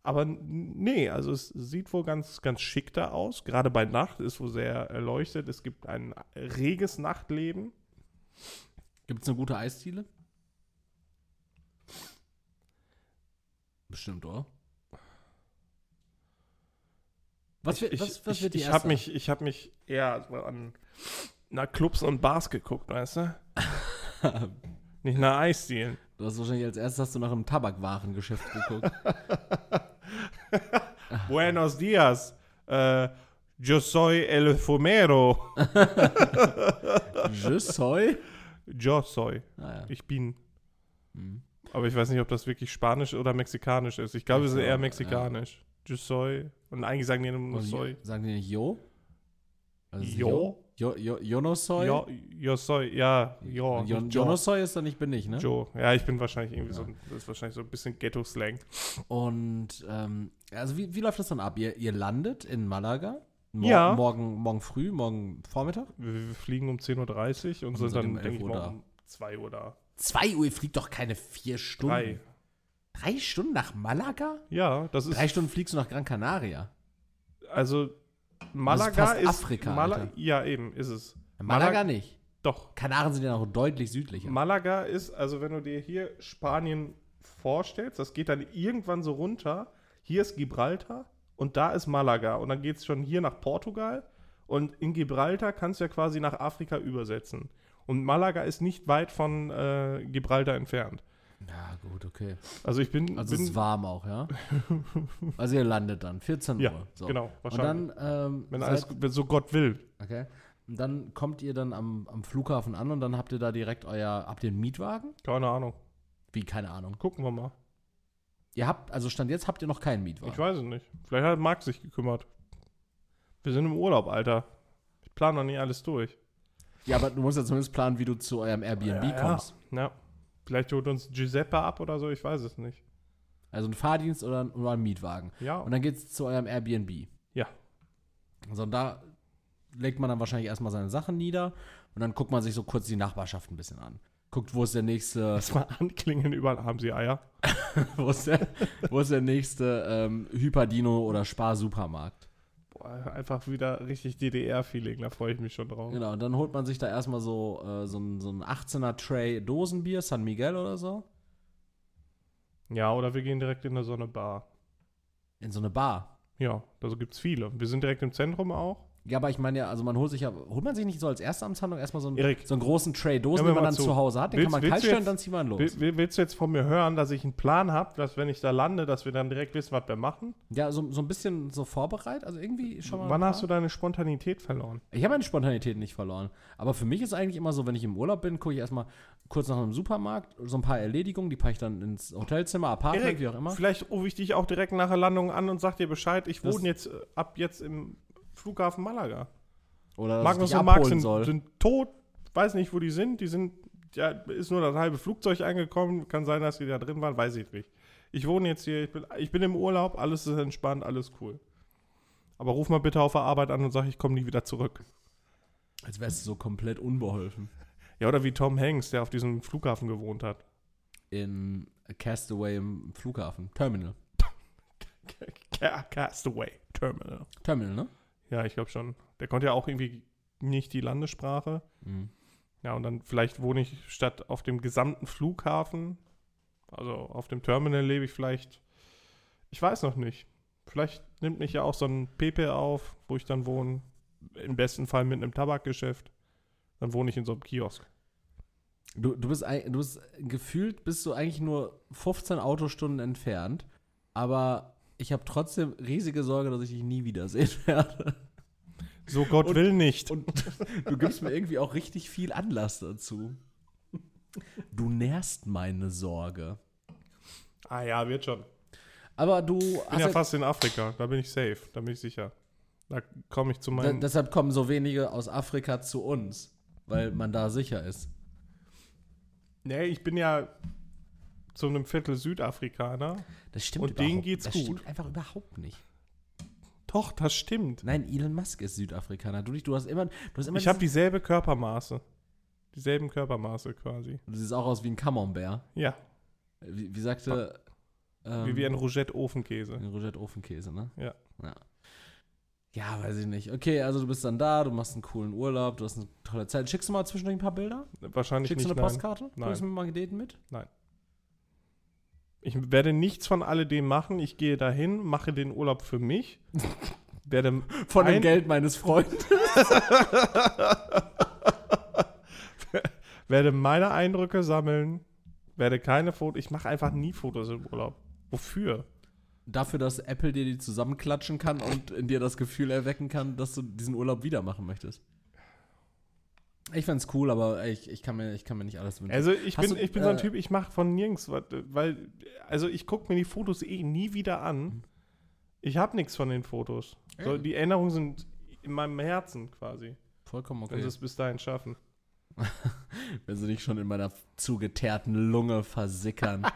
[SPEAKER 1] Aber n- nee, also es sieht wohl ganz, ganz schick da aus. Gerade bei Nacht ist wohl sehr erleuchtet. Es gibt ein reges Nachtleben.
[SPEAKER 2] Gibt's eine gute Eisdiele? Bestimmt, oder? Was, wird,
[SPEAKER 1] Ich,
[SPEAKER 2] was, was
[SPEAKER 1] ich,
[SPEAKER 2] wird die
[SPEAKER 1] ich
[SPEAKER 2] erste?
[SPEAKER 1] habe mich, ich hab mich eher so an na, Clubs und Bars geguckt, weißt du? Nicht nach Eisdielen.
[SPEAKER 2] Du hast wahrscheinlich als erstes hast du nach einem Tabakwarengeschäft geguckt.
[SPEAKER 1] Buenos dias. Äh, yo soy el fumero.
[SPEAKER 2] Je soy?
[SPEAKER 1] Yo soy.
[SPEAKER 2] Naja.
[SPEAKER 1] Ich bin.
[SPEAKER 2] Mhm.
[SPEAKER 1] Aber ich weiß nicht, ob das wirklich Spanisch oder mexikanisch ist. Ich glaube, es ist
[SPEAKER 2] Ja,
[SPEAKER 1] eher mexikanisch. Yo soy. Und eigentlich sagen die nur
[SPEAKER 2] Und
[SPEAKER 1] soy.
[SPEAKER 2] Sagen die nicht Jo? Also
[SPEAKER 1] Jo?
[SPEAKER 2] Jo, jo, Jonosoy?
[SPEAKER 1] Yo, yo soy. Ja, yo.
[SPEAKER 2] Jo,
[SPEAKER 1] nicht yo.
[SPEAKER 2] Jonosoy ist dann nicht bin ich, ne?
[SPEAKER 1] Yo. Ja, ich bin wahrscheinlich irgendwie so, ein- das ist wahrscheinlich so ein bisschen Ghetto-Slang.
[SPEAKER 2] Und ähm, also wie, wie läuft das dann ab? Ihr, ihr landet in Malaga? Mor-
[SPEAKER 1] Ja.
[SPEAKER 2] Morgen, morgen früh, morgen Vormittag?
[SPEAKER 1] Wir wir fliegen um 10.30 Uhr und, sind
[SPEAKER 2] sind
[SPEAKER 1] dann,
[SPEAKER 2] um
[SPEAKER 1] denke ich
[SPEAKER 2] 11
[SPEAKER 1] mal,
[SPEAKER 2] Uhr
[SPEAKER 1] um 2 Uhr da.
[SPEAKER 2] 2 Uhr, ihr fliegt doch keine vier Stunden.
[SPEAKER 1] Drei.
[SPEAKER 2] Drei Stunden nach Malaga?
[SPEAKER 1] Ja, das ist.
[SPEAKER 2] Drei Stunden fliegst du nach Gran Canaria.
[SPEAKER 1] Also, Malaga
[SPEAKER 2] fast
[SPEAKER 1] ist.
[SPEAKER 2] Afrika,
[SPEAKER 1] Mala-
[SPEAKER 2] Alter.
[SPEAKER 1] ja, eben, ist es.
[SPEAKER 2] Malaga
[SPEAKER 1] Malag-
[SPEAKER 2] nicht.
[SPEAKER 1] Doch.
[SPEAKER 2] Kanaren sind ja noch deutlich südlicher.
[SPEAKER 1] Malaga ist, also wenn du dir hier Spanien vorstellst, das geht dann irgendwann so runter. Hier ist Gibraltar und da ist Malaga. Und dann geht es schon hier nach Portugal. Und in Gibraltar kannst du ja quasi nach Afrika übersetzen. Und Malaga ist nicht weit von äh, Gibraltar entfernt.
[SPEAKER 2] Na gut, okay.
[SPEAKER 1] Also ich bin.
[SPEAKER 2] Also es
[SPEAKER 1] bin
[SPEAKER 2] ist warm auch, ja? Also ihr landet dann, 14
[SPEAKER 1] ja,
[SPEAKER 2] Uhr. So.
[SPEAKER 1] genau,
[SPEAKER 2] Und
[SPEAKER 1] wahrscheinlich.
[SPEAKER 2] dann, ähm,
[SPEAKER 1] wenn
[SPEAKER 2] seid-
[SPEAKER 1] alles, wenn so Gott will.
[SPEAKER 2] okay. Und dann kommt ihr dann am, am Flughafen an und dann habt ihr da direkt euer, habt ihr einen Mietwagen?
[SPEAKER 1] Keine Ahnung.
[SPEAKER 2] Wie, keine Ahnung.
[SPEAKER 1] Gucken wir mal.
[SPEAKER 2] Ihr habt, also Stand jetzt habt ihr noch keinen Mietwagen.
[SPEAKER 1] Ich weiß es nicht. Vielleicht hat Marc sich gekümmert. Wir sind im Urlaub, Alter. Ich plane noch nicht alles durch.
[SPEAKER 2] Ja, aber du musst ja zumindest planen, wie du zu eurem Airbnb
[SPEAKER 1] Ja, ja.
[SPEAKER 2] kommst.
[SPEAKER 1] Ja. Vielleicht holt uns Giuseppe ab oder so, ich weiß es nicht.
[SPEAKER 2] Also ein Fahrdienst oder ein, oder ein Mietwagen.
[SPEAKER 1] Ja.
[SPEAKER 2] Und dann geht's zu eurem Airbnb.
[SPEAKER 1] Ja.
[SPEAKER 2] So, und da legt man dann wahrscheinlich erstmal seine Sachen nieder und dann guckt man sich so kurz die Nachbarschaft ein bisschen an. Guckt, wo ist der nächste,
[SPEAKER 1] Erstmal anklingen, überall haben sie Eier.
[SPEAKER 2] wo ist der, wo ist der nächste ähm, Hyperdino oder Spar-Supermarkt.
[SPEAKER 1] Boah, einfach wieder richtig DDR-Feeling, da freue ich mich schon drauf.
[SPEAKER 2] Genau, und dann holt man sich da erstmal so, äh, so, ein, so ein 18er Tray Dosenbier, San Miguel oder so,
[SPEAKER 1] Ja, oder wir gehen direkt in der Sonne Bar.
[SPEAKER 2] in so eine Bar.
[SPEAKER 1] Ja, da gibt es viele. Wir sind direkt im Zentrum auch.
[SPEAKER 2] Ja, aber ich meine ja, also man holt sich ja, holt man sich nicht so als erste Amtshandlung erstmal so einen,
[SPEAKER 1] Erik.
[SPEAKER 2] so einen großen Tray Dosen,
[SPEAKER 1] Hör mir
[SPEAKER 2] den man
[SPEAKER 1] mal
[SPEAKER 2] dann
[SPEAKER 1] zu.
[SPEAKER 2] zu. Hause hat, den
[SPEAKER 1] Willst-
[SPEAKER 2] kann man
[SPEAKER 1] willst du
[SPEAKER 2] kaltstellen,
[SPEAKER 1] jetzt-
[SPEAKER 2] dann zieht man los.
[SPEAKER 1] Will, will, willst du jetzt von mir hören, dass ich einen Plan habe, dass wenn ich da lande, dass wir dann direkt wissen, was wir machen?
[SPEAKER 2] Ja, so, so ein bisschen so vorbereitet, also irgendwie schon mal. ein
[SPEAKER 1] Wann
[SPEAKER 2] paar-
[SPEAKER 1] hast du deine Spontanität verloren?
[SPEAKER 2] Ich habe meine Spontanität nicht verloren. Aber für mich ist eigentlich immer so, wenn ich im Urlaub bin, gucke ich erstmal kurz nach einem Supermarkt, so ein paar Erledigungen, die packe ich dann ins Hotelzimmer, Apartment, wie auch immer.
[SPEAKER 1] vielleicht rufe ich dich auch direkt nach der Landung an und sag dir Bescheid, ich
[SPEAKER 2] Das-
[SPEAKER 1] wohne jetzt äh, ab jetzt im Flughafen Malaga.
[SPEAKER 2] Oder dass ich
[SPEAKER 1] Magnus
[SPEAKER 2] dich
[SPEAKER 1] und Marx
[SPEAKER 2] abholen
[SPEAKER 1] sind,
[SPEAKER 2] soll.
[SPEAKER 1] sind tot, weiß nicht, wo die sind. Die sind, ja, ist nur das halbe Flugzeug angekommen. Kann sein, dass die da drin waren, weiß ich nicht. Ich wohne jetzt hier, ich bin, ich bin im Urlaub, alles ist entspannt, alles cool. Aber ruf mal bitte auf der Arbeit an und sag, ich komme nie wieder zurück.
[SPEAKER 2] Als wärst du so komplett unbeholfen.
[SPEAKER 1] Ja, oder wie Tom Hanks, der auf diesem Flughafen gewohnt hat.
[SPEAKER 2] In Castaway im Flughafen. Terminal.
[SPEAKER 1] Ca- Castaway Terminal.
[SPEAKER 2] Terminal, ne?
[SPEAKER 1] Ja, ich glaube schon. Der konnte ja auch irgendwie nicht die Landessprache.
[SPEAKER 2] Mhm.
[SPEAKER 1] Ja, und dann vielleicht wohne ich statt auf dem gesamten Flughafen, also auf dem Terminal lebe ich vielleicht, ich weiß noch nicht. Vielleicht nimmt mich ja auch so ein Pepe auf, wo ich dann wohne. Im besten Fall mit einem Tabakgeschäft. Dann wohne ich in so einem Kiosk.
[SPEAKER 2] Du, du bist ein- du bist gefühlt bist du eigentlich nur 15 Autostunden entfernt, aber ich habe trotzdem riesige Sorge, dass ich dich nie wiedersehen werde.
[SPEAKER 1] So Gott
[SPEAKER 2] Und-
[SPEAKER 1] will nicht.
[SPEAKER 2] Und du gibst mir irgendwie auch richtig viel Anlass dazu. Du nährst meine Sorge.
[SPEAKER 1] ah ja, wird schon.
[SPEAKER 2] Aber du
[SPEAKER 1] Ich bin ja fast in Afrika, da bin ich safe, da bin ich sicher. Da komme ich zu
[SPEAKER 2] Da-
[SPEAKER 1] meinen.
[SPEAKER 2] deshalb kommen so wenige aus Afrika zu uns, weil man da sicher ist.
[SPEAKER 1] nee, ich bin ja zu einem Viertel Südafrikaner.
[SPEAKER 2] Das stimmt
[SPEAKER 1] Und denen
[SPEAKER 2] überhaupt-
[SPEAKER 1] geht's
[SPEAKER 2] das
[SPEAKER 1] gut.
[SPEAKER 2] Stimmt einfach überhaupt nicht.
[SPEAKER 1] Doch, das stimmt.
[SPEAKER 2] Nein, Elon Musk ist Südafrikaner. Du nicht, du hast immer, du hast immer
[SPEAKER 1] Ich habe dieselbe Körpermaße. Dieselben Körpermaße quasi.
[SPEAKER 2] Du siehst auch aus wie ein Camembert.
[SPEAKER 1] Ja,
[SPEAKER 2] Wie, wie sagte. Ähm,
[SPEAKER 1] wie wie ein Rougette-Ofenkäse.
[SPEAKER 2] ein Rougette Ofenkäse, ne?
[SPEAKER 1] Ja.
[SPEAKER 2] ja. Ja, weiß ich nicht. Okay, also du bist dann da, du machst einen coolen Urlaub, du hast eine tolle Zeit. Schickst du mal zwischendurch ein paar Bilder?
[SPEAKER 1] Wahrscheinlich
[SPEAKER 2] Schickst
[SPEAKER 1] nicht,
[SPEAKER 2] du eine
[SPEAKER 1] nein.
[SPEAKER 2] Postkarte?
[SPEAKER 1] Nein.
[SPEAKER 2] Bringst du mir Magneten mit?
[SPEAKER 1] Ich werde nichts von alledem machen. Ich gehe dahin, mache den Urlaub für mich. werde
[SPEAKER 2] Von
[SPEAKER 1] Ein-
[SPEAKER 2] dem Geld meines Freundes.
[SPEAKER 1] werde meine Eindrücke sammeln, werde keine Fotos. Ich mache einfach nie Fotos im Urlaub. Wofür?
[SPEAKER 2] Dafür, dass Apple dir die zusammenklatschen kann und in dir das Gefühl erwecken kann, dass du diesen Urlaub wieder machen möchtest. Ich fand's cool, aber ich, ich, kann, mir, ich kann mir nicht alles wünschen.
[SPEAKER 1] Also ich
[SPEAKER 2] Hast
[SPEAKER 1] bin,
[SPEAKER 2] du,
[SPEAKER 1] ich bin so ein
[SPEAKER 2] äh,
[SPEAKER 1] Typ, ich mache von nirgends was, weil, also ich gucke mir die Fotos eh nie wieder
[SPEAKER 2] Mhm.
[SPEAKER 1] an. Ich habe nichts von den Fotos. So,
[SPEAKER 2] Ey.
[SPEAKER 1] die Erinnerungen sind in meinem Herzen quasi,
[SPEAKER 2] Vollkommen
[SPEAKER 1] wenn sie es bis dahin schaffen.
[SPEAKER 2] Wenn sie nicht schon in meiner zugeteerten Lunge versickern.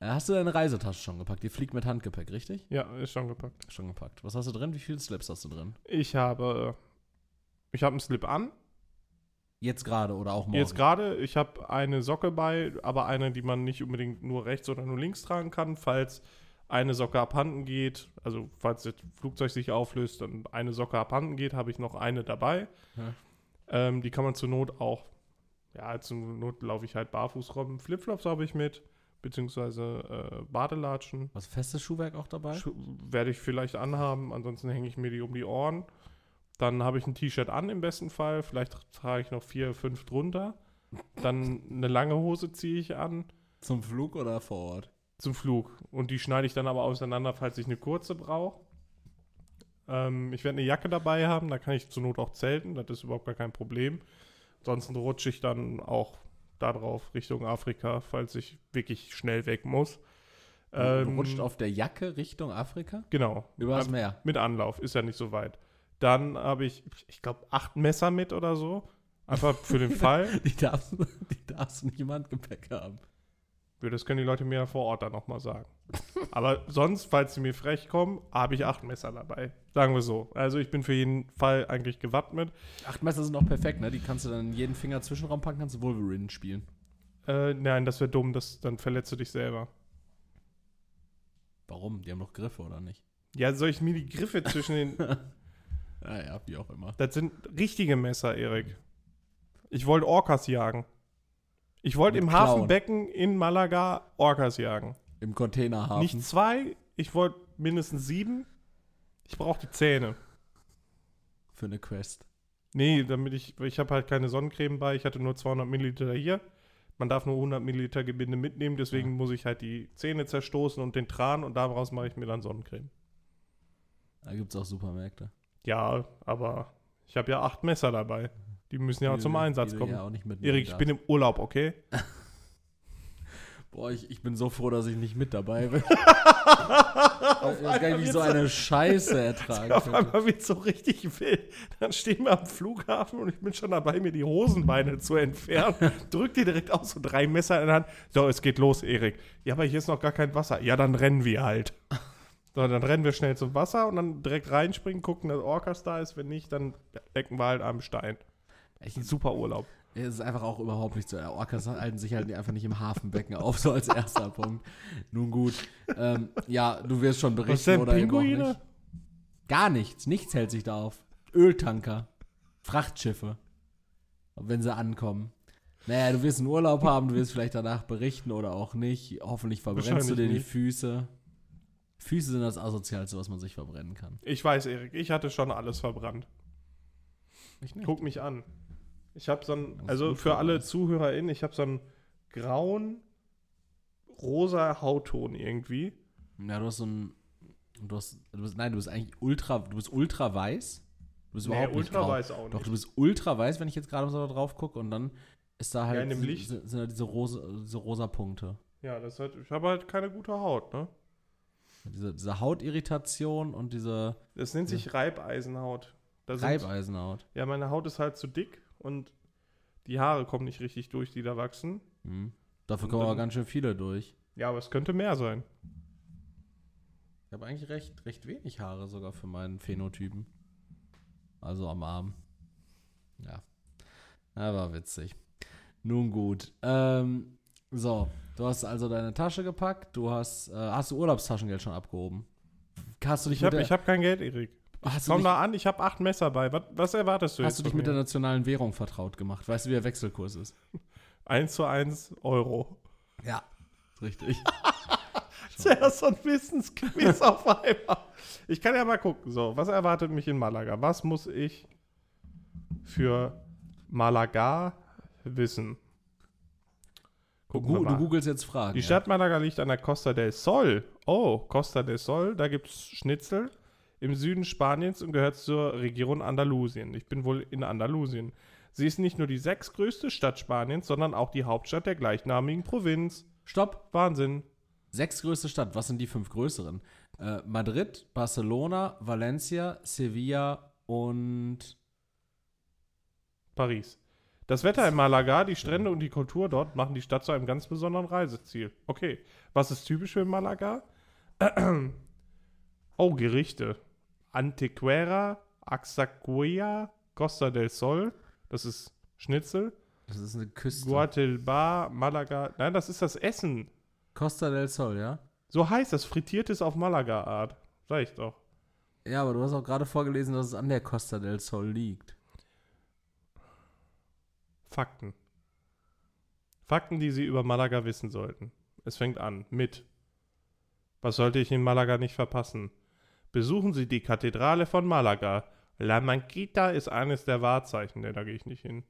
[SPEAKER 2] Äh, hast du deine Reisetasche schon gepackt? Die fliegt mit Handgepäck, richtig?
[SPEAKER 1] Ja, ist schon gepackt.
[SPEAKER 2] Schon gepackt. Was hast du drin? Wie viele Slips hast du drin?
[SPEAKER 1] Ich habe, äh, ich habe einen Slip an,
[SPEAKER 2] Jetzt gerade oder auch morgen?
[SPEAKER 1] Jetzt gerade, ich habe eine Socke bei, aber eine, die man nicht unbedingt nur rechts oder nur links tragen kann, falls eine Socke abhanden geht, also falls das Flugzeug sich auflöst und eine Socke abhanden geht, habe ich noch eine dabei.
[SPEAKER 2] Ja.
[SPEAKER 1] Ähm, die kann man zur Not auch, ja, zur Not laufe ich halt barfuß rum. Flipflops habe ich mit, beziehungsweise äh, Badelatschen.
[SPEAKER 2] Was festes Schuhwerk auch dabei?
[SPEAKER 1] Schu- Werde ich vielleicht anhaben, ansonsten hänge ich mir die um die Ohren. Dann habe ich ein T-Shirt an im besten Fall, vielleicht trage ich noch vier, fünf drunter. Dann eine lange Hose ziehe ich an
[SPEAKER 2] Zum Flug oder vor Ort?
[SPEAKER 1] zum Flug. Und die schneide ich dann aber auseinander, falls ich eine kurze brauche. Ähm, ich werde eine Jacke dabei haben, da kann ich zur Not auch zelten, das ist überhaupt gar kein Problem. Ansonsten rutsche ich dann auch darauf Richtung Afrika, falls ich wirklich schnell weg muss.
[SPEAKER 2] Du- du
[SPEAKER 1] Ähm,
[SPEAKER 2] rutscht auf der Jacke Richtung Afrika?
[SPEAKER 1] Genau.
[SPEAKER 2] Übers
[SPEAKER 1] Ähm,
[SPEAKER 2] Meer.
[SPEAKER 1] mit Anlauf, ist ja nicht so weit. Dann habe ich, ich glaube, acht Messer mit oder so. Einfach für den Fall.
[SPEAKER 2] Die darfst, die darfst nicht im Handgepäck haben.
[SPEAKER 1] Ja, Das können die Leute mir ja vor Ort dann nochmal sagen. Aber sonst, falls sie mir frech kommen, habe ich acht Messer dabei. Sagen wir so. Also ich bin für jeden Fall eigentlich gewappnet.
[SPEAKER 2] Acht Messer sind auch perfekt, ne? Die kannst du dann in jeden Finger Zwischenraum packen, kannst du Wolverine spielen.
[SPEAKER 1] Äh, nein, das wäre dumm, das, dann verletzt du dich selber.
[SPEAKER 2] Warum? Die haben doch Griffe, oder nicht?
[SPEAKER 1] Ja, soll ich mir die Griffe zwischen den.
[SPEAKER 2] Naja, wie auch immer.
[SPEAKER 1] Das sind richtige Messer, Erik. Ich wollte Orcas jagen. Ich wollte
[SPEAKER 2] Mit
[SPEAKER 1] im
[SPEAKER 2] Klauen.
[SPEAKER 1] Hafenbecken in Malaga Orcas jagen.
[SPEAKER 2] Im Containerhafen.
[SPEAKER 1] Nicht zwei, ich wollte mindestens sieben. Ich brauche die Zähne.
[SPEAKER 2] Für eine Quest.
[SPEAKER 1] Nee, damit ich, ich habe halt keine Sonnencreme bei, ich hatte nur 200 Milliliter hier. Man darf nur 100 Milliliter Gebinde mitnehmen, deswegen muss ich halt die Zähne zerstoßen und den Tran und daraus mache ich mir dann Sonnencreme.
[SPEAKER 2] Da gibt es auch Supermärkte.
[SPEAKER 1] Ja, aber ich habe ja acht Messer dabei. Die müssen ja auch
[SPEAKER 2] Die
[SPEAKER 1] zum
[SPEAKER 2] du-
[SPEAKER 1] Einsatz
[SPEAKER 2] die du
[SPEAKER 1] kommen.
[SPEAKER 2] Ja auch nicht mitnehmen
[SPEAKER 1] Erik, ich bin
[SPEAKER 2] darfst.
[SPEAKER 1] im Urlaub, okay?
[SPEAKER 2] Boah, ich, ich bin so froh, dass ich nicht mit dabei bin. ich weiß gar nicht, wie ich so eine Scheiße ertragen
[SPEAKER 1] Auf
[SPEAKER 2] könnte.
[SPEAKER 1] einmal wird so richtig wild. Dann stehen wir am Flughafen und ich bin schon dabei, mir die Hosenbeine zu entfernen. Drück dir direkt auch so drei Messer in der Hand. So, es geht los, Erik. Ja, aber hier ist noch gar kein Wasser. Ja, dann rennen wir halt. So, dann rennen wir schnell zum Wasser und dann direkt reinspringen, gucken, dass Orcas da ist. Wenn nicht, dann lecken wir halt am Stein.
[SPEAKER 2] Ich,
[SPEAKER 1] Ein super Urlaub.
[SPEAKER 2] Es ist einfach auch überhaupt nicht so. Orcas halten sich halt einfach nicht im Hafenbecken auf, so als erster Punkt. Nun gut. Ähm, ja, du wirst schon berichten
[SPEAKER 1] denn,
[SPEAKER 2] oder eben auch
[SPEAKER 1] Pinguine?
[SPEAKER 2] nicht. Gar nichts. Nichts hält sich da auf. Öltanker. Frachtschiffe. Wenn sie ankommen. Naja, du wirst einen Urlaub haben, du wirst vielleicht danach berichten oder auch nicht. Hoffentlich verbrennst du
[SPEAKER 1] Wahrscheinlich
[SPEAKER 2] dir die
[SPEAKER 1] nicht.
[SPEAKER 2] Füße. Füße sind das Asozialste, was man sich verbrennen kann.
[SPEAKER 1] Ich weiß, Erik, ich hatte schon alles verbrannt.
[SPEAKER 2] Ich nicht.
[SPEAKER 1] Guck mich an. Ich habe so ein,
[SPEAKER 2] Alles
[SPEAKER 1] also
[SPEAKER 2] gut,
[SPEAKER 1] für alle
[SPEAKER 2] alles.
[SPEAKER 1] ZuhörerInnen, ich habe so einen grauen, rosa Hautton irgendwie.
[SPEAKER 2] Ja, du hast so ein. Du hast, du bist, nein, du bist eigentlich ultra. Du bist ultra weiß. Du bist überhaupt nicht grau.
[SPEAKER 1] ultraweiß auch nicht.
[SPEAKER 2] Doch, du bist ultra weiß, wenn ich jetzt gerade so da drauf gucke und dann ist da halt
[SPEAKER 1] in dem
[SPEAKER 2] sind-
[SPEAKER 1] Licht.
[SPEAKER 2] sind sind da diese rosa, diese rosa Punkte.
[SPEAKER 1] ja, das hat, ich habe halt keine gute Haut, ne?
[SPEAKER 2] Diese, diese Hautirritation und diese
[SPEAKER 1] Das nennt sich Reibeisenhaut. Da sind-
[SPEAKER 2] Reibeisenhaut.
[SPEAKER 1] Ja, meine Haut ist halt zu dick und die Haare kommen nicht richtig durch, die da wachsen.
[SPEAKER 2] Hm. Dafür
[SPEAKER 1] Und
[SPEAKER 2] kommen aber
[SPEAKER 1] dann-
[SPEAKER 2] ganz schön viele durch.
[SPEAKER 1] Ja, aber es könnte mehr sein.
[SPEAKER 2] Ich habe eigentlich recht, recht wenig Haare sogar für meinen Phänotypen. Also am Arm. Ja. Ja, war witzig. Nun gut. Ähm, so, du hast also deine Tasche gepackt. Du hast, äh, hast du Urlaubstaschengeld schon abgehoben? Hast du dich
[SPEAKER 1] Ich habe
[SPEAKER 2] mit
[SPEAKER 1] ich hab kein Geld, Erik.
[SPEAKER 2] der, hast du
[SPEAKER 1] Komm
[SPEAKER 2] dich,
[SPEAKER 1] da an, ich habe acht Messer bei. Was, was erwartest du
[SPEAKER 2] hast du
[SPEAKER 1] jetzt?
[SPEAKER 2] dich
[SPEAKER 1] von
[SPEAKER 2] mit der
[SPEAKER 1] mir?
[SPEAKER 2] nationalen Währung vertraut gemacht? Weißt du, wie der Wechselkurs ist?
[SPEAKER 1] 1 zu 1 Euro.
[SPEAKER 2] Ja. Richtig.
[SPEAKER 1] Sehr so ein Wissensquiz auf einmal. Ich kann ja mal gucken. So, was erwartet mich in Malaga? Was muss ich für Malaga wissen?
[SPEAKER 2] Du,
[SPEAKER 1] Gucken wir
[SPEAKER 2] gu- du
[SPEAKER 1] mal.
[SPEAKER 2] googelst jetzt Fragen.
[SPEAKER 1] Die Stadt Malaga liegt an der Costa del Sol. Oh, Costa del Sol, da gibt es Schnitzel im Süden Spaniens und gehört zur Region Andalusien. Ich bin wohl in Andalusien. Sie ist nicht nur die sechstgrößte Stadt Spaniens, sondern auch die Hauptstadt der gleichnamigen Provinz.
[SPEAKER 2] ja. Stopp.
[SPEAKER 1] Wahnsinn.
[SPEAKER 2] Sechs größte Stadt, was sind die fünf größeren? Äh, Madrid, Barcelona, Valencia, Sevilla und
[SPEAKER 1] Paris. Das Wetter in Malaga, die Strände und die Kultur dort machen die Stadt zu einem ganz besonderen Reiseziel. Okay, was ist typisch für Malaga? Oh, Gerichte. Antequera, Axaquia, Costa del Sol, das ist Schnitzel,
[SPEAKER 2] das ist eine Küste.
[SPEAKER 1] Guatelba, Malaga. Nein, das ist das Essen.
[SPEAKER 2] Costa del Sol, ja?
[SPEAKER 1] So heißt das, frittiertes auf Malaga-Art. Sag ich doch.
[SPEAKER 2] Ja, aber du hast auch gerade vorgelesen, dass es an der Costa del Sol liegt.
[SPEAKER 1] Fakten. Fakten, die Sie über Malaga wissen sollten. Es fängt an mit. Was sollte ich in Malaga nicht verpassen? Besuchen Sie die Kathedrale von Malaga. La Manquita ist eines der Wahrzeichen, denn da gehe ich nicht hin.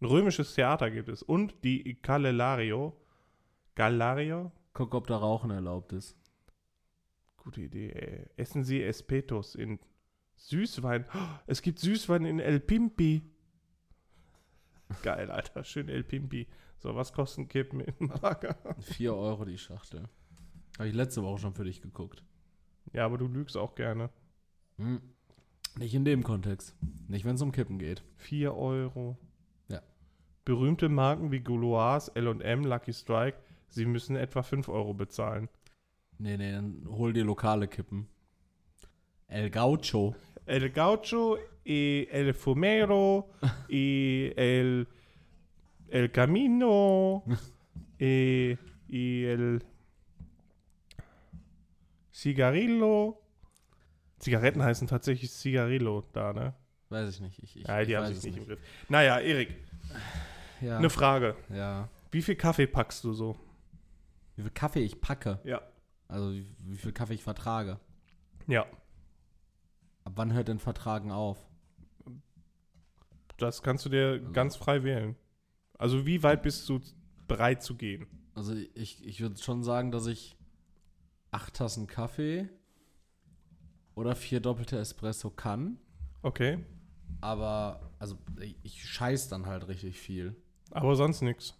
[SPEAKER 1] Ein römisches Theater gibt es und die Calellario. Gallario?
[SPEAKER 2] Guck, ob da Rauchen erlaubt ist.
[SPEAKER 1] Gute Idee, ey. Essen Sie Espetos in Süßwein. Oh, Es gibt Süßwein in El Pimpi. Geil, Alter. Schön El Pimpi. So, was kosten Kippen in Malaga?
[SPEAKER 2] Vier Euro die Schachtel. Habe ich letzte Woche schon für dich geguckt.
[SPEAKER 1] Ja, aber du lügst auch gerne.
[SPEAKER 2] Hm. Nicht in dem Kontext. Nicht, wenn es um Kippen geht.
[SPEAKER 1] 4 Euro.
[SPEAKER 2] Ja.
[SPEAKER 1] Berühmte Marken wie Gouloirs, L&M, Lucky Strike, sie müssen etwa 5 Euro bezahlen.
[SPEAKER 2] Nee, nee, dann hol dir lokale Kippen. El Gaucho.
[SPEAKER 1] El Gaucho y El Fumero y El, el Camino y, y El Cigarillo. Zigaretten heißen tatsächlich Cigarillo da, ne?
[SPEAKER 2] Weiß ich nicht. Ich, ich,
[SPEAKER 1] ja, die
[SPEAKER 2] ich
[SPEAKER 1] haben
[SPEAKER 2] weiß
[SPEAKER 1] sich
[SPEAKER 2] es
[SPEAKER 1] nicht, im Griff. Naja, Erik,
[SPEAKER 2] Ja.
[SPEAKER 1] eine Frage.
[SPEAKER 2] ja.
[SPEAKER 1] Wie viel Kaffee packst du so?
[SPEAKER 2] Wie viel Kaffee ich packe.
[SPEAKER 1] Ja.
[SPEAKER 2] Also wie, wie viel Kaffee ich vertrage.
[SPEAKER 1] Ja,
[SPEAKER 2] Ab wann hört denn Vertragen auf?
[SPEAKER 1] das kannst du dir ganz frei wählen. Also wie weit bist du bereit zu gehen?
[SPEAKER 2] Also ich, ich würde schon sagen, dass ich acht Tassen Kaffee oder vier doppelte Espresso kann.
[SPEAKER 1] Okay,
[SPEAKER 2] Aber also ich- ich scheiß dann halt richtig viel.
[SPEAKER 1] aber sonst nichts.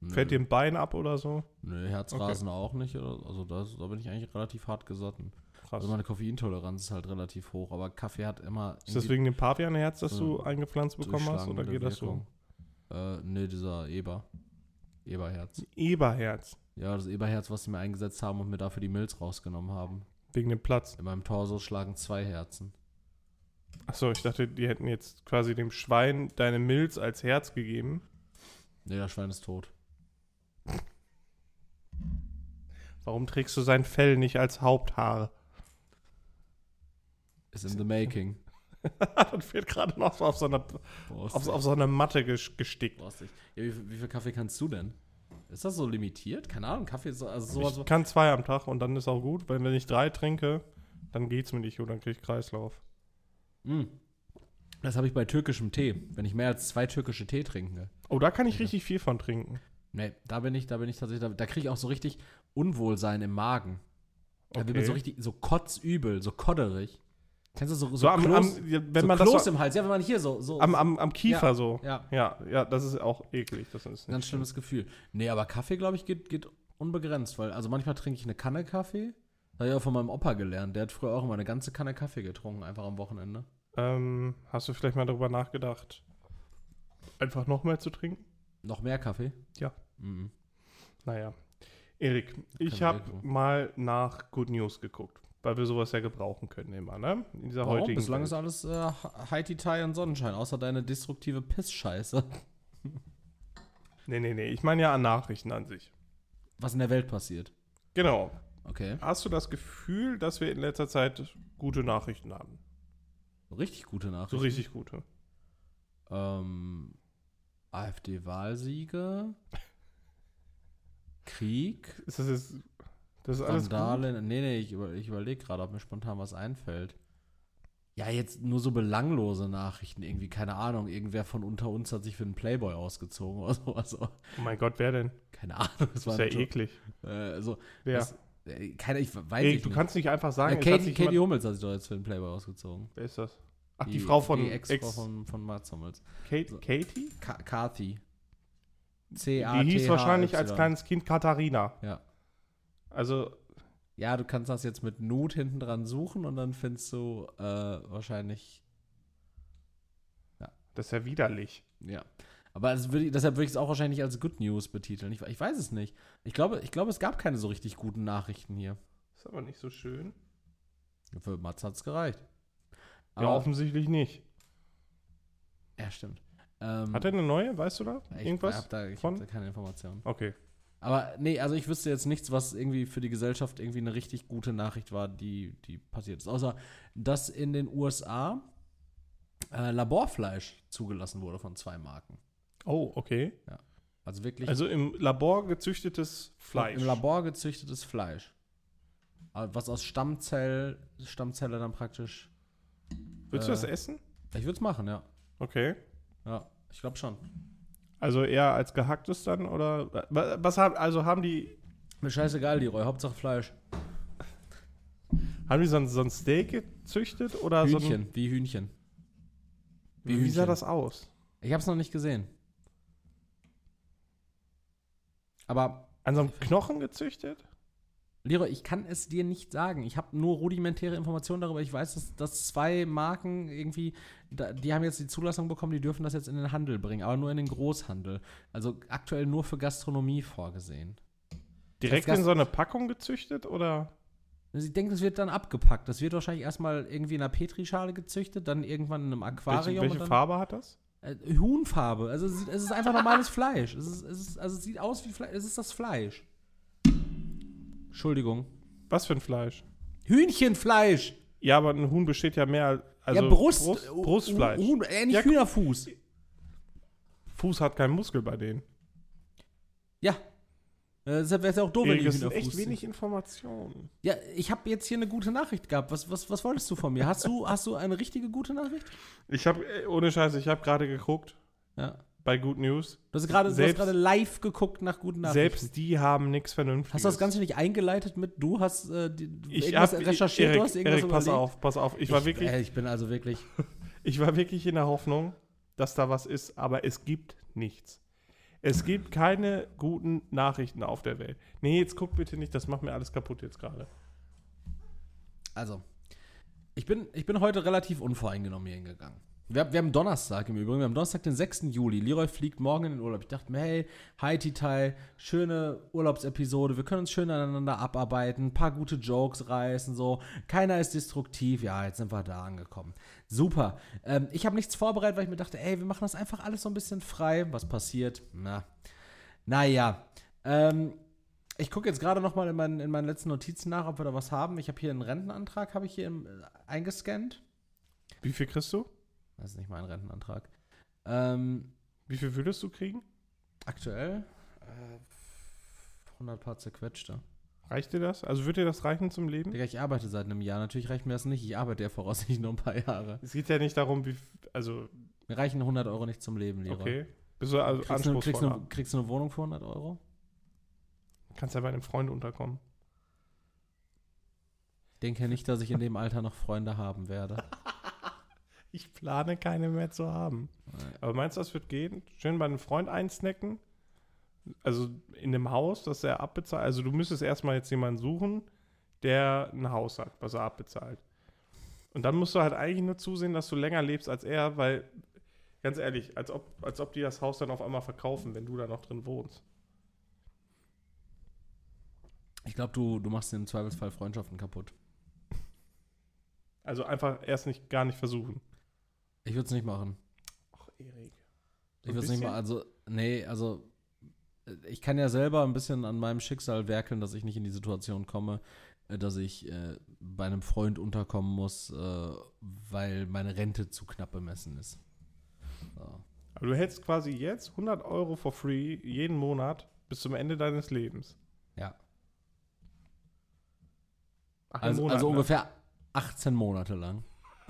[SPEAKER 2] Nö.
[SPEAKER 1] Fällt dir ein Bein ab oder so?
[SPEAKER 2] Nö, Herzrasen auch nicht. Oder, also das, da bin ich eigentlich relativ hart gesotten.
[SPEAKER 1] Krass.
[SPEAKER 2] Also meine Koffeintoleranz ist halt relativ hoch, aber Kaffee hat immer
[SPEAKER 1] Ist das
[SPEAKER 2] irgendwie
[SPEAKER 1] wegen dem Pavianherz, das
[SPEAKER 2] so
[SPEAKER 1] du eingepflanzt bekommen hast? Oder
[SPEAKER 2] durchschlagende
[SPEAKER 1] geht das so?
[SPEAKER 2] Wirkung. Äh, nee, dieser Eber. Eberherz.
[SPEAKER 1] Eberherz.
[SPEAKER 2] Ja, das Eberherz, was sie mir eingesetzt haben und mir dafür die Milz rausgenommen haben.
[SPEAKER 1] Wegen dem Platz.
[SPEAKER 2] In meinem Torso schlagen zwei Herzen.
[SPEAKER 1] Achso, ich dachte, die hätten jetzt quasi dem Schwein deine Milz als Herz gegeben.
[SPEAKER 2] Nee, das Schwein ist tot.
[SPEAKER 1] Warum trägst du sein Fell nicht als Haupthaar?
[SPEAKER 2] Ist in the making.
[SPEAKER 1] Ah, das wird gerade noch so auf so eine,
[SPEAKER 2] Brauchst
[SPEAKER 1] auf,
[SPEAKER 2] du-
[SPEAKER 1] so- auf so eine Matte ges- gestickt.
[SPEAKER 2] brauchst dich. Ja, wie, viel- wie viel Kaffee kannst du denn? Ist das so limitiert? Keine Ahnung, Kaffee ist so- also sowas.
[SPEAKER 1] Ich kann zwei am Tag und dann ist auch gut, weil wenn ich drei trinke, dann geht's mir nicht und dann krieg ich Kreislauf.
[SPEAKER 2] Mm. Das habe ich bei türkischem Tee, wenn ich mehr als zwei türkische Tee trinke.
[SPEAKER 1] Oh, da kann ich richtig viel von trinken.
[SPEAKER 2] Nee, da bin ich, da bin ich tatsächlich, da, da kriege ich auch so richtig Unwohlsein im Magen. Da wird mir so
[SPEAKER 1] Okay.
[SPEAKER 2] richtig, so kotzübel, so kodderig. Kennst du so, so,
[SPEAKER 1] So am,
[SPEAKER 2] Kloß,
[SPEAKER 1] am, ja, wenn
[SPEAKER 2] so
[SPEAKER 1] man
[SPEAKER 2] Kloß
[SPEAKER 1] das so,
[SPEAKER 2] im Hals? Ja, wenn man hier so, so
[SPEAKER 1] am, am, am Kiefer so.
[SPEAKER 2] ja,
[SPEAKER 1] Ja, ja, das ist auch eklig. Das ist
[SPEAKER 2] ein ganz schlimmes Gefühl. Nee, aber Kaffee, glaube ich, geht, geht unbegrenzt, weil, also manchmal trinke ich eine Kanne Kaffee. Das habe ich auch von meinem Opa gelernt. Der hat früher auch immer eine ganze Kanne Kaffee getrunken, einfach am Wochenende.
[SPEAKER 1] Ähm, hast du vielleicht mal darüber nachgedacht, einfach noch mehr zu trinken?
[SPEAKER 2] Noch mehr Kaffee?
[SPEAKER 1] Ja.
[SPEAKER 2] Mhm.
[SPEAKER 1] Naja. Erik, ich
[SPEAKER 2] wir
[SPEAKER 1] habe
[SPEAKER 2] helfen.
[SPEAKER 1] mal nach Good News geguckt, weil wir sowas ja gebrauchen können immer, ne? In dieser
[SPEAKER 2] Warum?
[SPEAKER 1] heutigen
[SPEAKER 2] Bislang
[SPEAKER 1] Welt.
[SPEAKER 2] ist alles äh, Haiti-Tai und Sonnenschein, außer deine destruktive Pissscheiße.
[SPEAKER 1] Nee, nee, nee, ich meine ja an Nachrichten an sich.
[SPEAKER 2] Was in der Welt passiert.
[SPEAKER 1] Genau.
[SPEAKER 2] Okay.
[SPEAKER 1] Hast du das Gefühl, dass wir in letzter Zeit gute Nachrichten haben?
[SPEAKER 2] Richtig gute Nachricht.
[SPEAKER 1] So richtig gute.
[SPEAKER 2] Ähm, AfD-Wahlsiege, Krieg,
[SPEAKER 1] Ist das jetzt. Das ist alles.
[SPEAKER 2] Sandalen. Nee, nee, ich, über, ich überlege gerade, ob mir spontan was einfällt. Ja, jetzt nur so belanglose Nachrichten irgendwie, keine Ahnung. Irgendwer von unter uns hat sich für einen Playboy ausgezogen oder so. Also,
[SPEAKER 1] Gut? Oh mein Gott, wer denn?
[SPEAKER 2] keine Ahnung. Das
[SPEAKER 1] Das ist ja eklig.
[SPEAKER 2] äh, so,
[SPEAKER 1] Wer?
[SPEAKER 2] das- äh, keine, ich weiß
[SPEAKER 1] Erik,
[SPEAKER 2] ich
[SPEAKER 1] du
[SPEAKER 2] nicht.
[SPEAKER 1] kannst nicht einfach
[SPEAKER 2] ja,
[SPEAKER 1] sagen, es hat
[SPEAKER 2] Katie,
[SPEAKER 1] sich
[SPEAKER 2] Katie
[SPEAKER 1] jemand,
[SPEAKER 2] Hummels hat sich doch jetzt für den Playboy ausgezogen.
[SPEAKER 1] Wer ist das? Ach, die, Frau von.
[SPEAKER 2] die Ex-Frau von, von Mats Hummels.
[SPEAKER 1] Kate,
[SPEAKER 2] so.
[SPEAKER 1] Katie?
[SPEAKER 2] Ka Kathy. c a
[SPEAKER 1] Die hieß wahrscheinlich als
[SPEAKER 2] kleines
[SPEAKER 1] kleines Kind Katharina.
[SPEAKER 2] Ja.
[SPEAKER 1] Also,
[SPEAKER 2] Ja, du kannst das jetzt mit Not hinten dran suchen und dann findest du äh, wahrscheinlich,
[SPEAKER 1] das ist ja widerlich.
[SPEAKER 2] ja. Aber es würde, deshalb würde ich es auch wahrscheinlich als Good News betiteln. Ich, ich weiß es nicht. Ich glaube, ich glaube, es gab keine so richtig guten Nachrichten hier.
[SPEAKER 1] Ist aber nicht so schön.
[SPEAKER 2] Für Mats hat es gereicht.
[SPEAKER 1] ja,
[SPEAKER 2] Aber,
[SPEAKER 1] offensichtlich nicht.
[SPEAKER 2] ja, stimmt. Ähm,
[SPEAKER 1] Hat er eine neue? Weißt du da?
[SPEAKER 2] ich
[SPEAKER 1] Irgendwas?
[SPEAKER 2] Hab da, ich
[SPEAKER 1] von?
[SPEAKER 2] habe da keine Informationen.
[SPEAKER 1] Okay.
[SPEAKER 2] Aber nee, also ich wüsste jetzt nichts, was irgendwie für die Gesellschaft irgendwie eine richtig gute Nachricht war, die, die passiert ist. Außer, dass in den USA äh, Laborfleisch zugelassen wurde von zwei Marken.
[SPEAKER 1] Oh, okay.
[SPEAKER 2] Also wirklich
[SPEAKER 1] Also im Labor gezüchtetes Fleisch.
[SPEAKER 2] im Labor gezüchtetes Fleisch. Aber Was aus Stammzell, Stammzelle dann praktisch.
[SPEAKER 1] Willst du das
[SPEAKER 2] äh,
[SPEAKER 1] essen?
[SPEAKER 2] Ich würde es machen, ja.
[SPEAKER 1] Okay.
[SPEAKER 2] Ja, ich glaube schon.
[SPEAKER 1] Also eher als gehacktes dann oder wa- was haben also haben die
[SPEAKER 2] Mir scheißegal, Leroy, Hauptsache Fleisch.
[SPEAKER 1] haben die so ein, so ein Steak gezüchtet oder so ein,
[SPEAKER 2] Hühnchen, wie Hühnchen.
[SPEAKER 1] wie,
[SPEAKER 2] Hühnchen.
[SPEAKER 1] sah das aus?
[SPEAKER 2] Ich habe es noch nicht gesehen. Aber
[SPEAKER 1] An so einem Knochen gezüchtet?
[SPEAKER 2] Leroy, ich kann es dir nicht sagen. Ich habe nur rudimentäre Informationen darüber. Ich weiß, dass, dass zwei Marken irgendwie, da, die haben jetzt die Zulassung bekommen, die dürfen das jetzt in den Handel bringen, aber nur in den Großhandel. Also aktuell nur für Gastronomie vorgesehen.
[SPEAKER 1] Direkt
[SPEAKER 2] Das-
[SPEAKER 1] in so eine Packung gezüchtet oder
[SPEAKER 2] Sie denken, es wird dann abgepackt. Das wird wahrscheinlich erstmal irgendwie in einer Petrischale gezüchtet, dann irgendwann in einem
[SPEAKER 1] welche,
[SPEAKER 2] Aquarium.
[SPEAKER 1] welche
[SPEAKER 2] und dann,
[SPEAKER 1] Farbe hat das?
[SPEAKER 2] äh, Huhnfarbe. Also es, ist- es ist einfach normales Fleisch. Es, ist, es, ist, also es sieht aus wie Fleisch. Es ist das Fleisch. Entschuldigung.
[SPEAKER 1] Was für ein Fleisch?
[SPEAKER 2] Hühnchenfleisch!
[SPEAKER 1] Ja, aber ein Huhn besteht ja mehr als also
[SPEAKER 2] ja, Brust, uh,
[SPEAKER 1] Brust,
[SPEAKER 2] Hu-
[SPEAKER 1] Brustfleisch.
[SPEAKER 2] Huhn, äh, nicht
[SPEAKER 1] Ja, gu-
[SPEAKER 2] Hühnerfuß. uh.
[SPEAKER 1] Fuß hat keinen Muskel bei denen.
[SPEAKER 2] Ja. Äh, deshalb wäre es ja auch doof, wenn
[SPEAKER 1] Erik,
[SPEAKER 2] Oh, die
[SPEAKER 1] das
[SPEAKER 2] Hühnerfuß
[SPEAKER 1] sind echt
[SPEAKER 2] sind.
[SPEAKER 1] wenig Informationen.
[SPEAKER 2] Ja, ich habe jetzt hier eine gute Nachricht gehabt. Was, was, was wolltest du von mir? Hast du, hast du eine richtige gute Nachricht?
[SPEAKER 1] Ich habe ohne Scheiß, ich habe gerade geguckt
[SPEAKER 2] Ja.
[SPEAKER 1] bei Good News.
[SPEAKER 2] Du hast gerade du hast
[SPEAKER 1] Selbst-
[SPEAKER 2] gerade live geguckt nach guten Nachrichten.
[SPEAKER 1] Selbst die haben nichts Vernünftiges.
[SPEAKER 2] Hast du das Ganze nicht eingeleitet mit, du hast äh, die,
[SPEAKER 1] ich
[SPEAKER 2] irgendwas
[SPEAKER 1] hab,
[SPEAKER 2] recherchiert,
[SPEAKER 1] Erik,
[SPEAKER 2] du hast irgendwas
[SPEAKER 1] Erik, pass
[SPEAKER 2] überlegt?
[SPEAKER 1] auf, pass auf. Ich war, wirklich,
[SPEAKER 2] äh, ich bin also wirklich.
[SPEAKER 1] ich war wirklich in der Hoffnung, dass da was ist, aber es gibt nichts. Es gibt keine guten Nachrichten auf der Welt. Nee, jetzt guck bitte nicht, das macht mir alles kaputt jetzt gerade.
[SPEAKER 2] Also, ich bin, ich bin heute relativ unvoreingenommen hier hingegangen. Wir, wir haben Donnerstag im Übrigen, wir haben Donnerstag, den 6. Juli. Leroy fliegt morgen in den Urlaub. Ich dachte mir, hey, hi Titai, schöne Urlaubsepisode, wir können uns schön aneinander abarbeiten, ein paar gute Jokes reißen, so. Keiner ist destruktiv, ja, jetzt sind wir da angekommen. Super. Ähm, ich habe nichts vorbereitet, weil ich mir dachte, ey, wir machen das einfach alles so ein bisschen frei. Was passiert? Na, naja. Ähm, ich gucke jetzt gerade noch mal in meinen, in meinen letzten Notizen nach, ob wir da was haben. Ich habe hier einen Rentenantrag, habe ich hier im, äh, eingescannt.
[SPEAKER 1] Wie viel kriegst du?
[SPEAKER 2] Das ist nicht mein Rentenantrag. Ähm,
[SPEAKER 1] Wie viel würdest du kriegen?
[SPEAKER 2] aktuell äh, 100 paar zerquetschte.
[SPEAKER 1] Reicht dir das? Also würde dir das reichen zum Leben?
[SPEAKER 2] Digga, ich arbeite seit einem Jahr. Natürlich reicht mir das nicht. Ich arbeite ja voraussichtlich noch ein paar Jahre.
[SPEAKER 1] Es geht ja nicht darum, wie. f- Also,
[SPEAKER 2] Mir reichen 100 Euro nicht zum Leben, Leroy.
[SPEAKER 1] okay. Bist du also
[SPEAKER 2] Kriegst du, kriegst,
[SPEAKER 1] anspruchsvoller?
[SPEAKER 2] du, kriegst du eine Wohnung für 100 Euro?
[SPEAKER 1] Kannst ja bei einem Freund unterkommen.
[SPEAKER 2] Ich denke nicht, dass ich in dem Alter noch Freunde haben werde.
[SPEAKER 1] Ich plane keine mehr zu haben. Aber meinst du, das wird gehen? Schön bei einem Freund einsnacken? Also in dem Haus, das er abbezahlt. Also du müsstest erstmal jetzt jemanden suchen, der ein Haus hat, was er abbezahlt. Und dann musst du halt eigentlich nur zusehen, dass du länger lebst als er, weil, ganz ehrlich, als ob, als ob die das Haus dann auf einmal verkaufen, wenn du da noch drin wohnst.
[SPEAKER 2] Ich glaube, du, du machst im Zweifelsfall Freundschaften kaputt.
[SPEAKER 1] Also einfach erst nicht gar nicht versuchen.
[SPEAKER 2] Ich würde es nicht machen.
[SPEAKER 1] Ach, Erik. So
[SPEAKER 2] Ich
[SPEAKER 1] ein
[SPEAKER 2] würde es nicht
[SPEAKER 1] bisschen?
[SPEAKER 2] mal, also, nee, also, äh, ich kann ja selber ein bisschen an meinem Schicksal werkeln, dass ich nicht in die Situation komme, äh, dass ich äh, bei einem Freund unterkommen muss, äh, weil meine Rente zu knapp bemessen ist. So.
[SPEAKER 1] Aber du hältst quasi jetzt 100 Euro for free jeden Monat bis zum Ende deines Lebens.
[SPEAKER 2] Ja.
[SPEAKER 1] Ach, im
[SPEAKER 2] Also,
[SPEAKER 1] Monat,
[SPEAKER 2] also
[SPEAKER 1] ne?
[SPEAKER 2] ungefähr 18 Monate lang.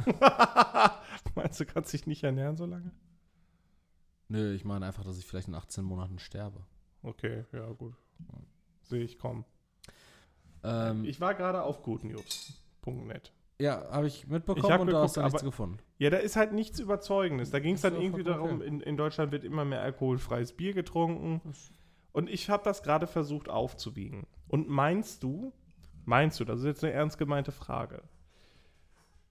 [SPEAKER 1] Meinst du, kannst dich nicht ernähren so lange?
[SPEAKER 2] Nö, ich meine einfach, dass ich vielleicht in 18 Monaten sterbe.
[SPEAKER 1] Okay, ja, gut. Sehe ich kommen.
[SPEAKER 2] Ähm,
[SPEAKER 1] ich war gerade auf goodnews.net.
[SPEAKER 2] ja, habe ich mitbekommen
[SPEAKER 1] Ich hab
[SPEAKER 2] und da hast du
[SPEAKER 1] geguckt,
[SPEAKER 2] nichts
[SPEAKER 1] aber-
[SPEAKER 2] gefunden.
[SPEAKER 1] Ja, da ist halt nichts Überzeugendes. Da ging es
[SPEAKER 2] Ist ja
[SPEAKER 1] dann irgendwie
[SPEAKER 2] vollkommen
[SPEAKER 1] darum,
[SPEAKER 2] okay.
[SPEAKER 1] in, in Deutschland wird immer mehr alkoholfreies Bier getrunken.
[SPEAKER 2] Das-
[SPEAKER 1] Und ich habe das gerade versucht aufzuwiegen. Und meinst du, meinst du, das ist jetzt eine ernst gemeinte Frage,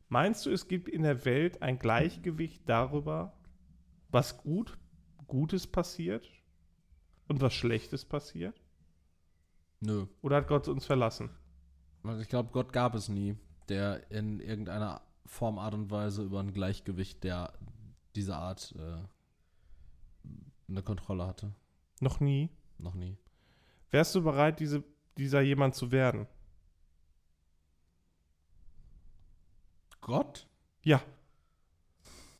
[SPEAKER 1] meinst du, es gibt in der Welt ein Gleichgewicht darüber, was gut, Gutes passiert und was Schlechtes passiert?
[SPEAKER 2] Nö.
[SPEAKER 1] Oder hat Gott uns verlassen?
[SPEAKER 2] Also ich glaube, Gott gab es nie, der in irgendeiner Form, Art und Weise über ein Gleichgewicht der dieser Art äh, eine Kontrolle hatte.
[SPEAKER 1] Noch nie.
[SPEAKER 2] Noch nie.
[SPEAKER 1] Wärst du bereit, diese, dieser jemand zu werden?
[SPEAKER 2] Gott?
[SPEAKER 1] Ja.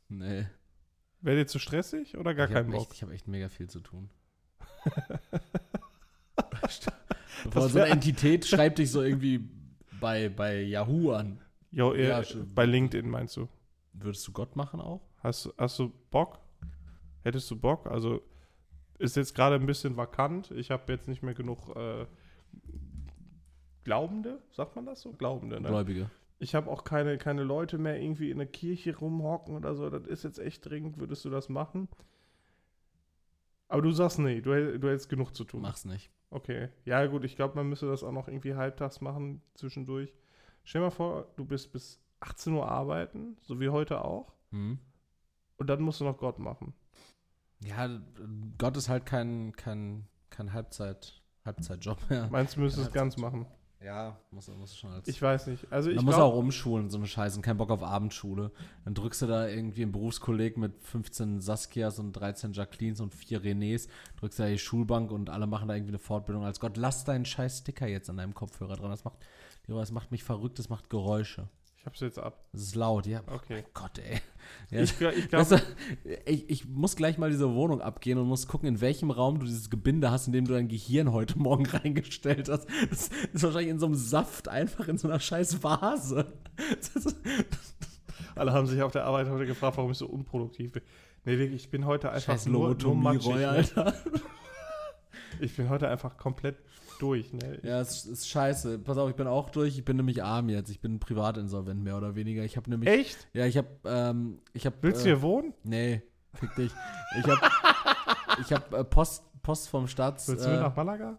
[SPEAKER 2] Nee.
[SPEAKER 1] Wäre dir zu stressig oder gar
[SPEAKER 2] ich
[SPEAKER 1] keinen
[SPEAKER 2] hab
[SPEAKER 1] Bock?
[SPEAKER 2] Echt, ich habe echt mega viel zu tun.
[SPEAKER 1] Das
[SPEAKER 2] Vor so
[SPEAKER 1] wär-
[SPEAKER 2] eine Entität schreibt dich so irgendwie bei, bei Yahoo an.
[SPEAKER 1] Jo, äh,
[SPEAKER 2] Ja, schon.
[SPEAKER 1] bei LinkedIn meinst du?
[SPEAKER 2] Würdest du Gott machen auch?
[SPEAKER 1] Hast, hast du Bock? Hättest du Bock? Also ist jetzt gerade ein bisschen vakant. Ich habe jetzt nicht mehr genug äh, Glaubende, sagt man das so? Glaubende, ne?
[SPEAKER 2] Gläubige.
[SPEAKER 1] Ich habe auch keine, keine Leute mehr irgendwie in der Kirche rumhocken oder so. Das ist jetzt echt dringend. Würdest du das machen? Aber du sagst nee, du, hätt- du hättest genug zu tun.
[SPEAKER 2] Mach's nicht.
[SPEAKER 1] Okay. Ja, gut, ich glaube, man müsste das auch noch irgendwie halbtags machen zwischendurch. Stell dir mal vor, du bist bis 18 Uhr arbeiten, so wie heute auch,
[SPEAKER 2] Hm?
[SPEAKER 1] und dann musst du noch Gott machen.
[SPEAKER 2] Ja, Gott ist halt kein, kein, kein Halbzeit, Halbzeitjob mehr.
[SPEAKER 1] Meinst du, müsstest
[SPEAKER 2] Ja,
[SPEAKER 1] es ganz machen?
[SPEAKER 2] Ja, muss, muss schon als.
[SPEAKER 1] Ich weiß nicht. Also ich
[SPEAKER 2] man muss
[SPEAKER 1] glaub-
[SPEAKER 2] auch umschulen, so eine Scheiße, und kein Bock auf Abendschule. Dann drückst du da irgendwie einen Berufskolleg mit 15 Saskias und 13 Jacquelines und 4 Renés, drückst du da die Schulbank und alle machen da irgendwie eine Fortbildung als Gott. Lass deinen scheiß Sticker jetzt an deinem Kopfhörer dran. Das macht, Leroy, das macht mich verrückt, das macht Geräusche.
[SPEAKER 1] ich hab's jetzt ab.
[SPEAKER 2] Das ist laut, ja.
[SPEAKER 1] Okay.
[SPEAKER 2] Gott, ey. Ja,
[SPEAKER 1] Ich, glaub- ich
[SPEAKER 2] Weißt
[SPEAKER 1] glaube,
[SPEAKER 2] du, ich, ich muss gleich mal diese Wohnung abgehen und muss gucken, in welchem Raum du dieses Gebinde hast, in dem du dein Gehirn heute Morgen reingestellt hast. Das ist wahrscheinlich in so einem Saft, einfach in so einer scheiß Vase. Das ist,
[SPEAKER 1] alle haben sich auf der Arbeit heute gefragt, warum ich so unproduktiv bin. Nee, wirklich, ich bin heute einfach
[SPEAKER 2] scheiß
[SPEAKER 1] nur, nur
[SPEAKER 2] Lobotomie,
[SPEAKER 1] matschig.
[SPEAKER 2] Roy,
[SPEAKER 1] Ne?
[SPEAKER 2] Alter.
[SPEAKER 1] Ich bin heute einfach komplett durch. Ne?
[SPEAKER 2] Ja, es ist scheiße. Pass auf, ich bin auch durch. Ich bin nämlich arm jetzt. Ich bin privatinsolvent, mehr oder weniger. Ich habe nämlich.
[SPEAKER 1] Echt?
[SPEAKER 2] Ja, ich habe. Ähm, ich hab,
[SPEAKER 1] Willst du
[SPEAKER 2] äh,
[SPEAKER 1] hier wohnen?
[SPEAKER 2] Nee, fick dich. Ich habe ich hab, äh, Post, Post vom Staats.
[SPEAKER 1] Willst du mit
[SPEAKER 2] Äh,
[SPEAKER 1] nach Malaga?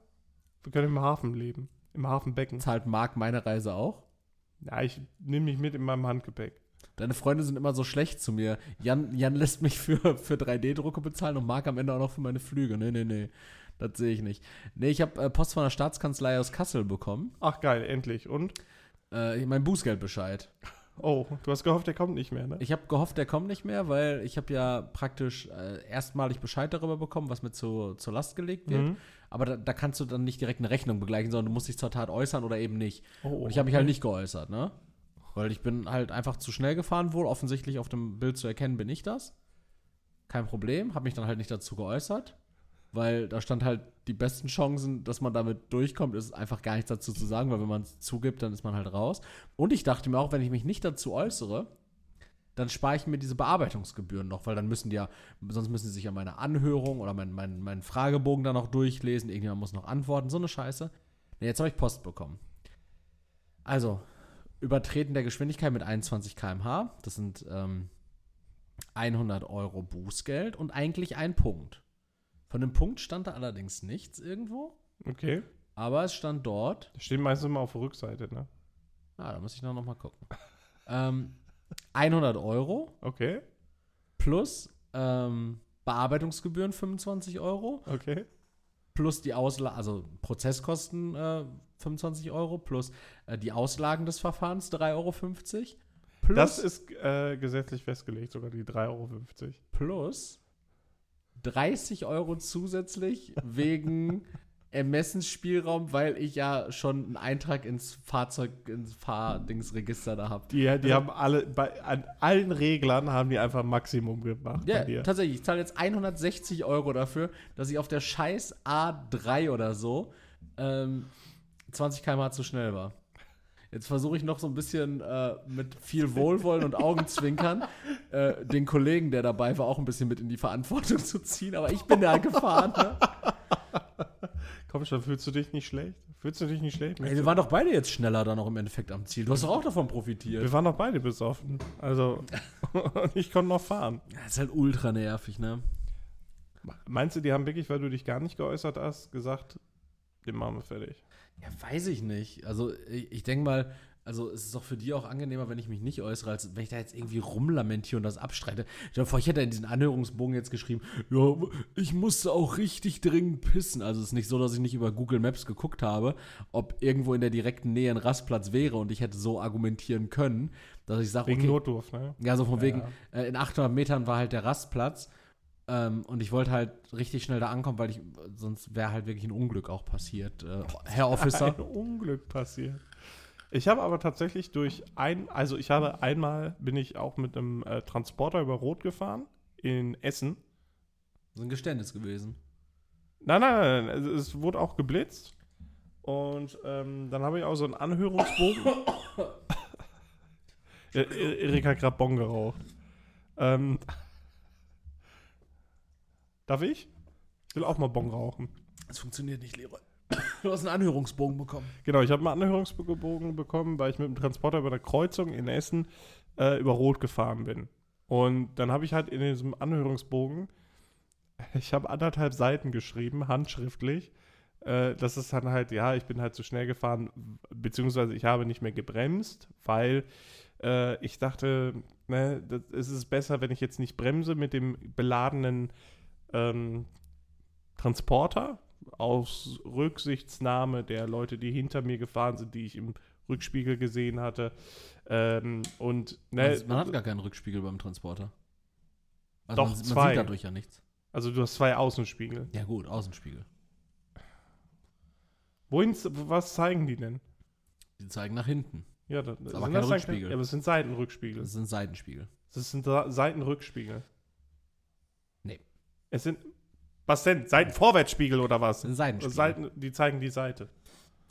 [SPEAKER 1] Wir können im Hafen leben. Im Hafenbecken.
[SPEAKER 2] zahlt Marc meine Reise auch?
[SPEAKER 1] Ja, ich nehme mich mit in meinem Handgepäck.
[SPEAKER 2] Deine Freunde sind immer so schlecht zu mir. Jan, Jan lässt mich für, für 3D-Drucke bezahlen und mag am Ende auch noch für meine Flüge. Nee, nee, nee. Das sehe ich nicht. Nee, ich habe äh, Post von der Staatskanzlei aus Kassel bekommen.
[SPEAKER 1] Ach geil, endlich. Und?
[SPEAKER 2] Äh, mein Bußgeldbescheid.
[SPEAKER 1] Oh, du hast gehofft, der kommt nicht mehr, ne?
[SPEAKER 2] Ich habe gehofft, der kommt nicht mehr, weil ich habe ja praktisch äh, erstmalig Bescheid darüber bekommen, was mir zu, zur Last gelegt wird.
[SPEAKER 1] Mhm.
[SPEAKER 2] Aber da, da kannst du dann nicht direkt eine Rechnung begleichen, sondern du musst dich zur Tat äußern oder eben nicht.
[SPEAKER 1] Oh,
[SPEAKER 2] Und ich habe mich halt
[SPEAKER 1] okay.
[SPEAKER 2] nicht geäußert, ne? Weil ich bin halt einfach zu schnell gefahren wohl. Offensichtlich auf dem Bild zu erkennen bin ich das. Kein Problem. Habe mich dann halt nicht dazu geäußert. Weil da stand halt, die besten Chancen, dass man damit durchkommt, ist einfach gar nichts dazu zu sagen, weil wenn man es zugibt, dann ist man halt raus. Und ich dachte mir auch, wenn ich mich nicht dazu äußere, dann spare ich mir diese Bearbeitungsgebühren noch, weil dann müssen die ja, sonst müssen sie sich ja meine Anhörung oder meinen mein, meinen Fragebogen dann noch durchlesen, irgendjemand muss noch antworten, so eine Scheiße. Nee, jetzt habe ich Post bekommen. Also, Übertreten der Geschwindigkeit mit 21 km/h, das sind ähm, 100 Euro Bußgeld und eigentlich ein Punkt. Von dem Punkt stand da allerdings nichts irgendwo,
[SPEAKER 1] Okay.
[SPEAKER 2] aber es stand dort,
[SPEAKER 1] Das steht meistens immer auf der Rückseite, ne?
[SPEAKER 2] ah, da muss ich noch, noch mal gucken, ähm, 100 Euro
[SPEAKER 1] Okay,
[SPEAKER 2] plus ähm, Bearbeitungsgebühren 25 Euro
[SPEAKER 1] okay.
[SPEAKER 2] plus die Ausla also Prozesskosten äh, 25 Euro plus äh, die Auslagen des Verfahrens 3,50 Euro. Plus,
[SPEAKER 1] Das ist äh, gesetzlich festgelegt, sogar die 3,50 Euro.
[SPEAKER 2] plus 30 Euro zusätzlich wegen Ermessensspielraum, weil ich ja schon einen Eintrag ins Fahrzeug, ins Fahrdingsregister da habe.
[SPEAKER 1] Die, die haben alle, bei, an allen Reglern haben die einfach Maximum gemacht
[SPEAKER 2] Ja,
[SPEAKER 1] bei dir.
[SPEAKER 2] tatsächlich. Ich zahle jetzt 160 Euro dafür, dass ich auf der scheiß A3 oder so ähm, 20 km/h zu schnell war. Jetzt versuche ich noch so ein bisschen äh, mit viel Wohlwollen und Augenzwinkern äh, den Kollegen, der dabei war, auch ein bisschen mit in die Verantwortung zu ziehen. Aber ich bin da gefahren. Ne?
[SPEAKER 1] Komm schon, fühlst du dich nicht schlecht? Fühlst du dich nicht schlecht?
[SPEAKER 2] Ey, wir waren doch beide jetzt schneller dann auch im Endeffekt am Ziel. Du hast doch auch davon profitiert.
[SPEAKER 1] Wir waren doch beide besoffen. Also, und ich konnte noch fahren.
[SPEAKER 2] Das ist halt ultra nervig, ne?
[SPEAKER 1] Meinst du, die haben wirklich, weil du dich gar nicht geäußert hast, gesagt, den machen wir fertig?
[SPEAKER 2] Ja, weiß ich nicht. Also ich, ich denke mal, also es ist doch für die auch angenehmer, wenn ich mich nicht äußere, als wenn ich da jetzt irgendwie rumlamentiere und das abstreite. Stell dir vor, ich hätte in diesen Anhörungsbogen jetzt geschrieben, ja, ich musste auch richtig dringend pissen. Also es ist nicht so, dass ich nicht über Google Maps geguckt habe, ob irgendwo in der direkten Nähe ein Rastplatz wäre und ich hätte so argumentieren können, dass ich sage,
[SPEAKER 1] Wegen
[SPEAKER 2] okay,
[SPEAKER 1] Notdurft, ne?
[SPEAKER 2] ja, so von
[SPEAKER 1] Ja,
[SPEAKER 2] wegen,
[SPEAKER 1] ja.
[SPEAKER 2] Äh, in 800 Metern war halt der Rastplatz. Ähm, und ich wollte halt richtig schnell da ankommen, weil ich, sonst wäre halt wirklich ein Unglück auch passiert. Äh, Herr Officer.
[SPEAKER 1] Ein Unglück passiert. Ich habe aber tatsächlich durch ein, also ich habe einmal, bin ich auch mit einem äh, Transporter über Rot gefahren in Essen.
[SPEAKER 2] Das ist ein Geständnis gewesen.
[SPEAKER 1] Nein, nein, nein, nein, also es wurde auch geblitzt. Und ähm, dann habe ich auch so einen Anhörungsbogen. E- E- Erika hat gerade Bon geraucht. Ähm, darf ich? Ich will auch mal Bon rauchen.
[SPEAKER 2] Es funktioniert nicht, Leroy. Du hast einen Anhörungsbogen bekommen.
[SPEAKER 1] Genau, ich habe einen Anhörungsbogen bekommen, weil ich mit dem Transporter über der Kreuzung in Essen äh, über Rot gefahren bin. Und dann habe ich halt in diesem Anhörungsbogen, ich habe anderthalb Seiten geschrieben, handschriftlich. Äh, das ist dann halt, ja, ich bin halt zu schnell gefahren, beziehungsweise ich habe nicht mehr gebremst, weil äh, ich dachte, ne, das, es ist besser, wenn ich jetzt nicht bremse mit dem beladenen ähm, Transporter aus Rücksichtsnahme der Leute, die hinter mir gefahren sind, die ich im Rückspiegel gesehen hatte. Ähm, und ne,
[SPEAKER 2] Also, man hat gar keinen Rückspiegel beim Transporter. Also
[SPEAKER 1] Doch,
[SPEAKER 2] man, sieht- man
[SPEAKER 1] zwei.
[SPEAKER 2] sieht dadurch ja nichts.
[SPEAKER 1] also du hast zwei Außenspiegel.
[SPEAKER 2] Ja gut, Außenspiegel.
[SPEAKER 1] Wohin, was zeigen die denn?
[SPEAKER 2] Die zeigen nach hinten.
[SPEAKER 1] Ja, das,
[SPEAKER 2] aber
[SPEAKER 1] sind
[SPEAKER 2] kein
[SPEAKER 1] dann-
[SPEAKER 2] Rückspiegel.
[SPEAKER 1] Ja, aber es sind Seitenrückspiegel.
[SPEAKER 2] Das sind Seitenspiegel.
[SPEAKER 1] Das sind Sa- Seitenrückspiegel.
[SPEAKER 2] Nee.
[SPEAKER 1] Es sind. Was denn? Seitenvorwärtsspiegel oder
[SPEAKER 2] Das
[SPEAKER 1] was?
[SPEAKER 2] sind Seitenspiegel.
[SPEAKER 1] Seiten, die zeigen die Seite.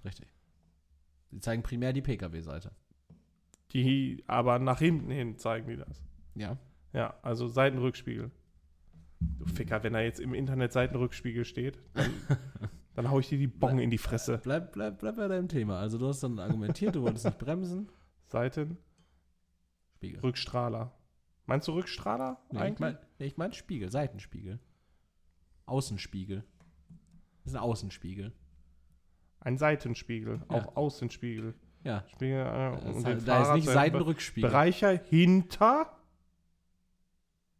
[SPEAKER 2] Richtig. Die zeigen primär die Pkw-Seite.
[SPEAKER 1] Die aber nach hinten hin zeigen die das.
[SPEAKER 2] Ja.
[SPEAKER 1] Ja, also Seitenrückspiegel. Du Ficker, wenn da jetzt im Internet Seitenrückspiegel steht, dann, dann hau ich dir die Bong in die Fresse.
[SPEAKER 2] Bleib, bleib, bleib bei deinem Thema. Also du hast dann argumentiert, du wolltest nicht bremsen.
[SPEAKER 1] Seitenrückstrahler.
[SPEAKER 2] Spiegel.
[SPEAKER 1] Meinst du Rückstrahler?
[SPEAKER 2] Nee, ich
[SPEAKER 1] eigentlich?
[SPEAKER 2] meine nee, ich mein Spiegel, Seitenspiegel. Außenspiegel. Das ist ein Außenspiegel.
[SPEAKER 1] Ein Seitenspiegel,
[SPEAKER 2] Ja.
[SPEAKER 1] auch Außenspiegel.
[SPEAKER 2] Ja.
[SPEAKER 1] Spiegel, äh,
[SPEAKER 2] Das
[SPEAKER 1] und
[SPEAKER 2] ist
[SPEAKER 1] den
[SPEAKER 2] halt, da ist nicht
[SPEAKER 1] Fahrradseitenbe-
[SPEAKER 2] Seitenrückspiegel.
[SPEAKER 1] Bereicher hinter.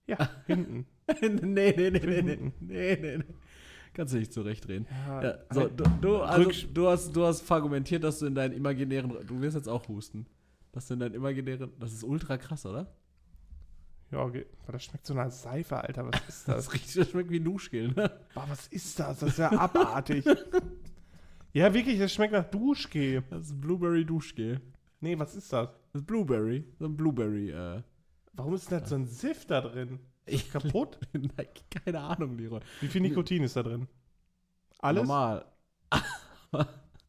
[SPEAKER 1] Ja, hinten.
[SPEAKER 2] nee, nee, nee, nee, nee, nee, nee, nee. Kannst du nicht zurechtdrehen.
[SPEAKER 1] Ja,
[SPEAKER 2] Ja, so,
[SPEAKER 1] halt-
[SPEAKER 2] du, du, also,
[SPEAKER 1] Rücksch-
[SPEAKER 2] du, hast, du hast argumentiert, dass du in deinen imaginären. Du wirst jetzt auch husten. Dass du in deinen imaginären. Das ist ultra krass, oder?
[SPEAKER 1] ja, ge- boah, das schmeckt so nach Seife, Alter. Was ist das?
[SPEAKER 2] Das, riecht, das schmeckt wie Duschgel, ne?
[SPEAKER 1] Boah, was ist das? Das ist ja abartig. ja, wirklich, das schmeckt nach Duschgel.
[SPEAKER 2] Das ist Blueberry-Duschgel.
[SPEAKER 1] Nee, was ist das?
[SPEAKER 2] Das ist Blueberry. So ein Blueberry, äh.
[SPEAKER 1] Warum ist denn da so ein Sift da drin?
[SPEAKER 2] Ich
[SPEAKER 1] Kaputt?
[SPEAKER 2] Nein, keine Ahnung, Leroy.
[SPEAKER 1] Wie viel Nikotin ist da drin? Alles?
[SPEAKER 2] Normal.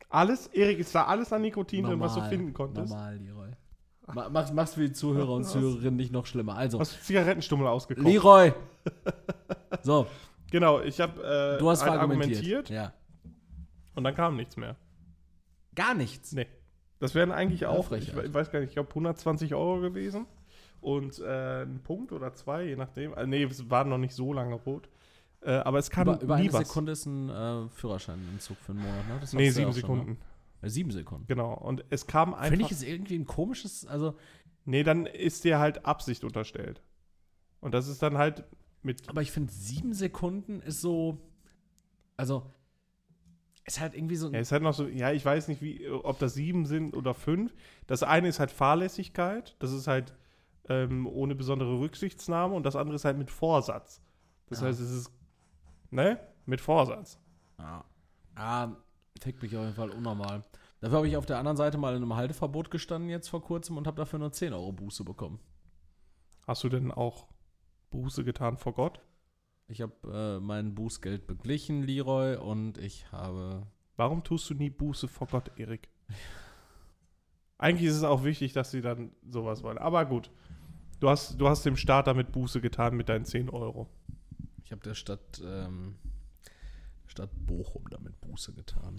[SPEAKER 1] Alles? Erik, ist da alles an Nikotin drin, was du
[SPEAKER 2] Normal.
[SPEAKER 1] finden konntest?
[SPEAKER 2] Normal, Leroy. Ma- Mach's, mach's für die Zuhörer und
[SPEAKER 1] Was?
[SPEAKER 2] Zuhörerinnen nicht noch schlimmer. Also,
[SPEAKER 1] Hast du Zigarettenstummel ausgekocht?
[SPEAKER 2] Leroy! So,
[SPEAKER 1] Genau, ich habe äh,
[SPEAKER 2] du hast
[SPEAKER 1] halt
[SPEAKER 2] argumentiert. Ja.
[SPEAKER 1] und dann kam nichts mehr.
[SPEAKER 2] Gar nichts.
[SPEAKER 1] Nee. Das wären eigentlich auch, ich
[SPEAKER 2] Frechheit.
[SPEAKER 1] we- weiß gar nicht, ich glaube 120 Euro gewesen und äh, ein Punkt oder zwei, je nachdem. Also, nee, es war noch nicht so lange rot. Äh, aber es kam
[SPEAKER 2] Über, über
[SPEAKER 1] nie
[SPEAKER 2] eine
[SPEAKER 1] was.
[SPEAKER 2] Sekunde ist ein äh, Führerscheinentzug für einen Monat, ne? Das
[SPEAKER 1] nee,
[SPEAKER 2] hast du
[SPEAKER 1] sieben
[SPEAKER 2] ja auch schon,
[SPEAKER 1] Sekunden.
[SPEAKER 2] ne? Äh, sieben Sekunden.
[SPEAKER 1] Genau. Und es kam
[SPEAKER 2] Finde
[SPEAKER 1] einfach.
[SPEAKER 2] ich es irgendwie ein komisches, also,
[SPEAKER 1] nee, dann ist dir halt Absicht unterstellt. Und das ist dann halt mit.
[SPEAKER 2] aber ich finde sieben Sekunden ist so, also, ist halt irgendwie so ein,
[SPEAKER 1] Ja, ist halt noch so, ja, ich weiß nicht, wie, ob das sieben sind oder fünf. Das eine ist halt Fahrlässigkeit, das ist halt ähm, ohne besondere Rücksichtnahme und das andere ist halt mit Vorsatz. Das
[SPEAKER 2] Ja.
[SPEAKER 1] heißt, es ist, ne? Mit Vorsatz.
[SPEAKER 2] Ja. Ah, fickt mich auf jeden Fall unnormal. Dafür habe ich auf der anderen Seite mal in einem Halteverbot gestanden jetzt vor kurzem und habe dafür nur 10 Euro Buße bekommen.
[SPEAKER 1] Hast du denn auch Buße getan vor Gott?
[SPEAKER 2] Ich habe äh, mein Bußgeld beglichen, Leroy, und ich habe.
[SPEAKER 1] Warum tust du nie Buße vor Gott, Erik? Eigentlich ist es auch wichtig, dass sie dann sowas wollen. Aber gut, du hast, du hast dem Staat damit Buße getan mit deinen 10 Euro.
[SPEAKER 2] Ich habe der Stadt, ähm, Stadt Bochum damit Buße getan.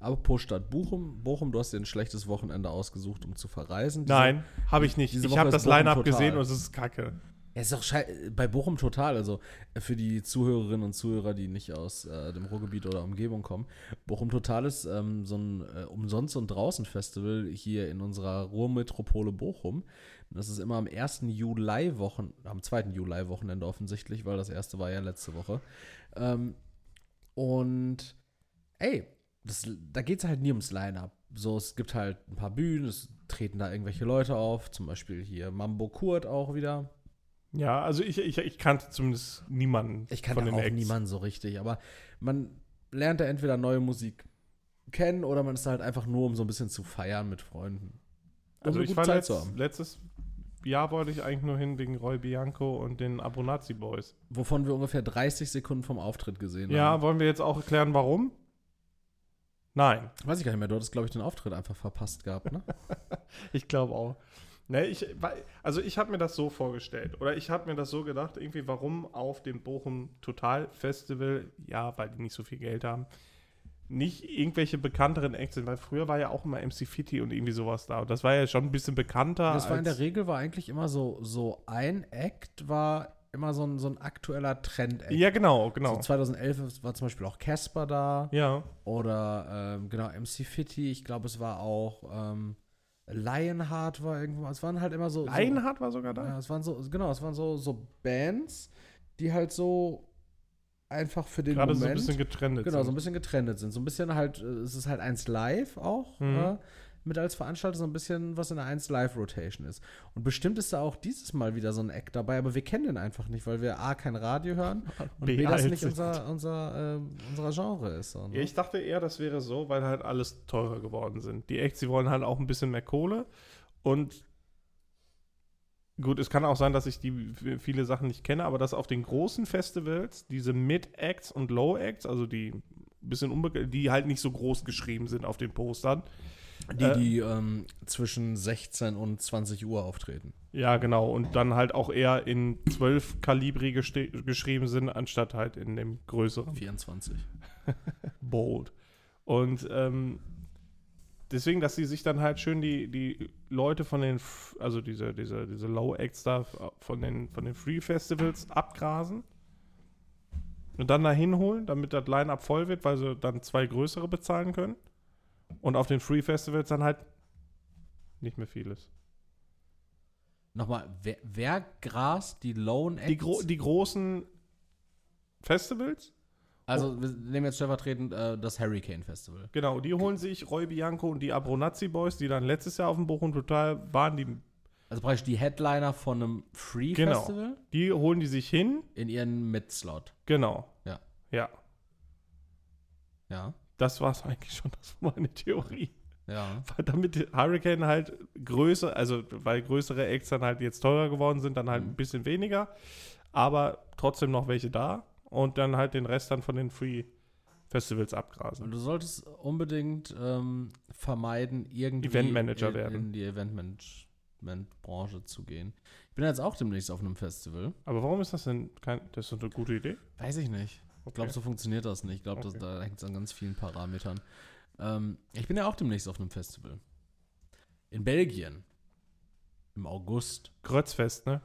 [SPEAKER 2] Aber pro Stadt Bochum, Bochum, du hast dir ein schlechtes Wochenende ausgesucht, um zu verreisen. Diese-
[SPEAKER 1] Nein, habe ich nicht.
[SPEAKER 2] diese
[SPEAKER 1] Ich
[SPEAKER 2] Woche
[SPEAKER 1] habe
[SPEAKER 2] ist
[SPEAKER 1] das
[SPEAKER 2] Bochum
[SPEAKER 1] Line-Up
[SPEAKER 2] total.
[SPEAKER 1] gesehen und es ist kacke.
[SPEAKER 2] Ja, ist doch schei bei Bochum total. Also äh, für die Zuhörerinnen und Zuhörer, die nicht aus äh, dem Ruhrgebiet oder Umgebung kommen, Bochum Total ist ähm, so ein äh, Umsonst- und Draußen-Festival hier in unserer Ruhrmetropole Bochum. Und Das ist immer am 1. Juli-Wochen, am 2. Juli-Wochenende offensichtlich, weil das erste war ja letzte Woche. Ähm, und ey, das, da geht es halt nie ums Line-Up. So, es gibt halt ein paar Bühnen, es treten da irgendwelche Leute auf, zum Beispiel hier Mambo Kurt auch wieder.
[SPEAKER 1] Ja, also ich, ich, ich kannte zumindest niemanden.
[SPEAKER 2] Ich kannte auch niemanden so richtig, aber man lernt da entweder neue Musik kennen oder man ist da halt einfach nur, um so ein bisschen zu feiern mit Freunden. Um
[SPEAKER 1] Also
[SPEAKER 2] eine
[SPEAKER 1] ich
[SPEAKER 2] gute
[SPEAKER 1] war
[SPEAKER 2] Zeit
[SPEAKER 1] letzt,
[SPEAKER 2] zu haben.
[SPEAKER 1] letztes Jahr wollte ich eigentlich nur hin wegen Roy Bianco und den Abonazzi Boys.
[SPEAKER 2] Wovon wir ungefähr 30 Sekunden vom Auftritt gesehen
[SPEAKER 1] Ja,
[SPEAKER 2] haben.
[SPEAKER 1] wollen wir jetzt auch erklären, warum? Nein.
[SPEAKER 2] Weiß ich gar nicht mehr, du hattest, glaube ich, den Auftritt einfach verpasst gehabt, ne?
[SPEAKER 1] Ich glaube auch. Ne, ich, weil- also ich habe mir das so vorgestellt oder ich habe mir das so gedacht, irgendwie warum auf dem Bochum Total Festival, ja, weil die nicht so viel Geld haben, nicht irgendwelche bekannteren Acts sind, weil früher war ja auch immer MC Fitti und irgendwie sowas da und das war ja schon ein bisschen bekannter.
[SPEAKER 2] das war in der
[SPEAKER 1] Ah, als-
[SPEAKER 2] Regel war eigentlich immer so, so ein Act war immer so ein, so ein aktueller Trend-Act.
[SPEAKER 1] ja, genau,
[SPEAKER 2] So
[SPEAKER 1] genau.
[SPEAKER 2] 2011 war zum Beispiel auch Casper da
[SPEAKER 1] ja,
[SPEAKER 2] oder ähm, genau MC Fitty. Ich glaube, es war auch ähm, Lionheart war irgendwo. Es waren halt immer so. so
[SPEAKER 1] Leinhardt war sogar da.
[SPEAKER 2] Ja, es waren so, genau, es waren so, so Bands, die halt so einfach für den
[SPEAKER 1] Gerade so ein
[SPEAKER 2] Moment.
[SPEAKER 1] bisschen getrennt.
[SPEAKER 2] genau, so ein bisschen getrennt sind. So ein bisschen halt, äh, es ist halt eins live auch,
[SPEAKER 1] Mhm.
[SPEAKER 2] äh, mit als Veranstalter so ein bisschen was in der 1 Live Rotation ist. Und bestimmt ist da auch dieses Mal wieder so ein Act dabei, aber wir kennen den einfach nicht, weil wir A kein Radio hören und B,
[SPEAKER 1] B,
[SPEAKER 2] das
[SPEAKER 1] alt
[SPEAKER 2] nicht
[SPEAKER 1] sind.
[SPEAKER 2] unser, unser, äh, unser Genre ist. So, ne?
[SPEAKER 1] Ja, ich dachte eher, das wäre so, weil halt alles teurer geworden sind. Die Acts, die wollen halt auch ein bisschen mehr Kohle. Und gut, es kann auch sein, dass ich die f- viele Sachen nicht kenne, aber dass auf den großen Festivals diese Mid-Acts und Low-Acts, also die ein bisschen unbekannt, die halt nicht so groß geschrieben sind auf den Postern.
[SPEAKER 2] die,
[SPEAKER 1] äh,
[SPEAKER 2] die ähm, zwischen 16 und 20 Uhr auftreten.
[SPEAKER 1] Ja, genau. Und dann halt auch eher in 12 Kalibri geste- geschrieben sind, anstatt halt in dem größeren.
[SPEAKER 2] 24.
[SPEAKER 1] bold. Und ähm, deswegen, dass sie sich dann halt schön die, die Leute von den, F- also diese, diese, diese Low-Acts da f- von den, von den Free-Festivals abgrasen und dann da hinholen, damit das Line-Up voll wird, weil sie dann zwei größere bezahlen können. Und auf den Free-Festivals dann halt nicht mehr vieles.
[SPEAKER 2] Nochmal, wer, wer grast die Lone Acts?
[SPEAKER 1] Die, gro die großen Festivals,
[SPEAKER 2] also, wir nehmen jetzt stellvertretend äh, das Hurricane Festival.
[SPEAKER 1] genau, die holen sich Roy Bianco und die Abronazzi Boys, die dann letztes Jahr auf dem Bochum Total waren, die,
[SPEAKER 2] Also praktisch die Headliner von einem Free
[SPEAKER 1] Genau.
[SPEAKER 2] Festival
[SPEAKER 1] die holen die sich hin.
[SPEAKER 2] in ihren Mid-Slot.
[SPEAKER 1] Genau.
[SPEAKER 2] Ja.
[SPEAKER 1] Ja.
[SPEAKER 2] Ja.
[SPEAKER 1] Das war's eigentlich schon, das war meine Theorie.
[SPEAKER 2] Ja.
[SPEAKER 1] Weil damit die Hurricane halt größer, also weil größere Acts dann halt jetzt teurer geworden sind, dann halt ein bisschen weniger, aber trotzdem noch welche da und dann halt den Rest dann von den Free Festivals abgrasen.
[SPEAKER 2] Und du solltest unbedingt ähm, vermeiden, irgendwie
[SPEAKER 1] Eventmanager
[SPEAKER 2] in,
[SPEAKER 1] werden.
[SPEAKER 2] in die Eventmanagement-Branche zu gehen. Ich bin jetzt auch demnächst auf einem Festival.
[SPEAKER 1] Aber warum ist das denn kein, das ist doch eine gute Idee?
[SPEAKER 2] Weiß ich nicht. Ich glaube,
[SPEAKER 1] Okay.
[SPEAKER 2] so funktioniert das nicht. Ich glaube, das-
[SPEAKER 1] Okay.
[SPEAKER 2] da hängt es an ganz vielen Parametern. Ähm, ich bin ja auch demnächst auf einem Festival. In Belgien. Im August.
[SPEAKER 1] Grötzfest, ne?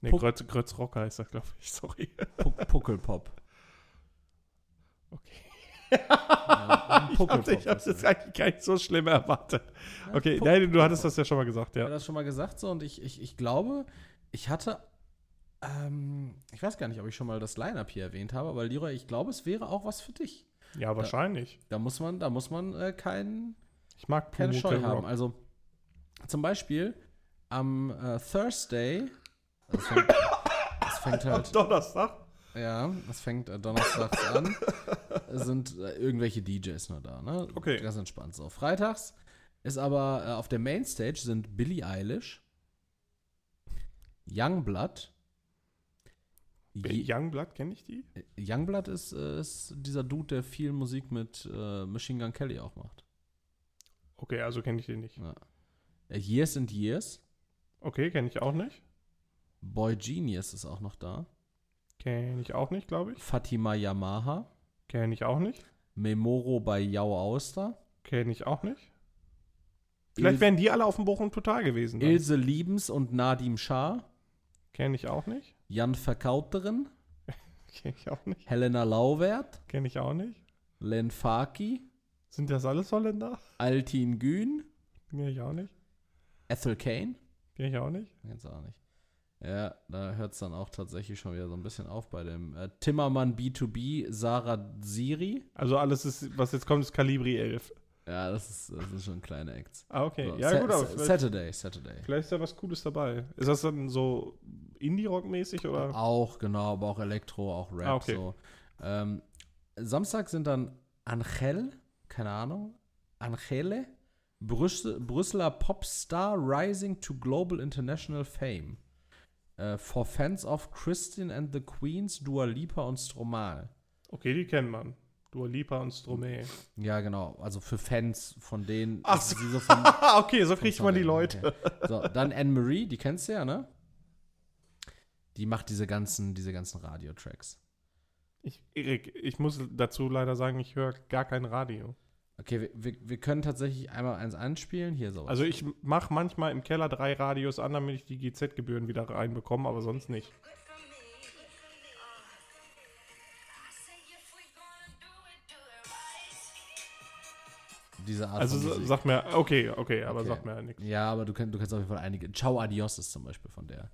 [SPEAKER 1] Ne,
[SPEAKER 2] Puck-
[SPEAKER 1] Grötz, Grötzrocker heißt das, glaube ich, sorry.
[SPEAKER 2] Puck Puckelpop.
[SPEAKER 1] Okay.
[SPEAKER 2] Ja, ein
[SPEAKER 1] Ich habe
[SPEAKER 2] Puckelpop.
[SPEAKER 1] hab das jetzt eigentlich gar nicht so schlimm erwartet.
[SPEAKER 2] Ja,
[SPEAKER 1] Okay,
[SPEAKER 2] Puck-
[SPEAKER 1] nein, du hattest das ja schon mal gesagt,
[SPEAKER 2] Ich
[SPEAKER 1] ja.
[SPEAKER 2] habe das schon mal gesagt so und ich, ich, ich glaube, ich hatte, ähm, ich weiß gar nicht, ob ich schon mal das Line-Up hier erwähnt habe, aber Leroy, ich glaube, es wäre auch was für dich.
[SPEAKER 1] Ja, wahrscheinlich.
[SPEAKER 2] Da muss man, da muss man äh, keinen
[SPEAKER 1] Ich mag
[SPEAKER 2] keine Scheu
[SPEAKER 1] Pumuckl
[SPEAKER 2] haben.
[SPEAKER 1] Rock.
[SPEAKER 2] Also zum Beispiel am äh, Thursday, das fängt, das fängt halt
[SPEAKER 1] Donnerstag?
[SPEAKER 2] ja, das fängt äh, donnerstags an. Sind äh, irgendwelche DJs nur da, ne?
[SPEAKER 1] Okay.
[SPEAKER 2] Ganz entspannt so. Freitags ist aber äh, auf der Mainstage sind Billie Eilish, Youngblood. Je
[SPEAKER 1] Youngblood, kenne ich die?
[SPEAKER 2] Youngblood ist, äh, ist dieser Dude, der viel Musik mit äh, Machine Gun Kelly auch macht.
[SPEAKER 1] Okay, also kenne ich die nicht.
[SPEAKER 2] Ja. Äh, Years and Years.
[SPEAKER 1] Okay, kenne ich auch nicht.
[SPEAKER 2] Boy Genius ist auch noch da.
[SPEAKER 1] Kenne ich auch nicht, glaube ich.
[SPEAKER 2] Fatima Yamaha.
[SPEAKER 1] Kenne ich auch nicht.
[SPEAKER 2] Memoro bei Jau Auster.
[SPEAKER 1] Kenne ich auch nicht. Vielleicht wären die alle auf dem Bochum Total gewesen. dann.
[SPEAKER 2] Ilse Liebens und Nadim Schah,
[SPEAKER 1] Kenne ich auch nicht.
[SPEAKER 2] Jan Verkauterin,
[SPEAKER 1] Kenne ich auch nicht.
[SPEAKER 2] Helena Lauwert,
[SPEAKER 1] Kenne ich auch nicht.
[SPEAKER 2] Len Faki,
[SPEAKER 1] Sind das alles Holländer?
[SPEAKER 2] Altin Gün,
[SPEAKER 1] Kenne ich auch nicht.
[SPEAKER 2] Ethel Kane.
[SPEAKER 1] Kenne ich auch nicht.
[SPEAKER 2] Kennst du auch nicht. Ja, da hört es dann auch tatsächlich schon wieder so ein bisschen auf bei dem äh, Timmermann B2B, Sarah Siri.
[SPEAKER 1] Also alles, ist, was jetzt kommt, ist Kalibri 11.
[SPEAKER 2] Ja, das, ist, das sind schon kleine Acts.
[SPEAKER 1] Ah, okay.
[SPEAKER 2] So,
[SPEAKER 1] ja,
[SPEAKER 2] Sa-
[SPEAKER 1] gut, aber
[SPEAKER 2] Sa-
[SPEAKER 1] vielleicht,
[SPEAKER 2] Saturday, Saturday.
[SPEAKER 1] vielleicht ist da was Cooles dabei. Ist das dann so Indie-Rock-mäßig oder?
[SPEAKER 2] Auch, genau, aber auch Elektro, auch Rap.
[SPEAKER 1] Ah, okay.
[SPEAKER 2] so. ähm, Samstag sind dann Angel, keine Ahnung, Angele, Brüssel, Brüsseler Popstar Rising to Global International Fame. Äh, for Fans of Christian and the Queens, Dua Lipa und Stromae.
[SPEAKER 1] Okay, die kennt man. Dua Lipa und Stromae.
[SPEAKER 2] Ja, genau. Also für Fans von denen. also
[SPEAKER 1] Ach
[SPEAKER 2] die
[SPEAKER 1] so.
[SPEAKER 2] so vom-
[SPEAKER 1] Ah, okay, so kriegt man die
[SPEAKER 2] Sorry,
[SPEAKER 1] Leute.
[SPEAKER 2] okay. So, dann Anne-Marie, die kennst du ja, ne? Die macht diese ganzen, diese ganzen Radiotracks.
[SPEAKER 1] Ich, Erik, ich muss dazu leider sagen, ich höre gar kein Radio.
[SPEAKER 2] Okay, wir, wir, wir können tatsächlich einmal eins anspielen. Hier so.
[SPEAKER 1] Also ich mache manchmal im Keller drei Radios an, damit ich die GZ-Gebühren wieder reinbekomme, aber sonst nicht.
[SPEAKER 3] Good for me. Uh, I say if we gonna do it, do it right.
[SPEAKER 2] diese Art
[SPEAKER 1] Also
[SPEAKER 2] von
[SPEAKER 1] sa-
[SPEAKER 2] Musik.
[SPEAKER 1] sag mir, okay, okay, aber
[SPEAKER 2] Okay.
[SPEAKER 1] sag mir nichts.
[SPEAKER 2] Ja, aber du, kannst du kannst auf jeden Fall einige. Ciao Adios ist zum Beispiel von der.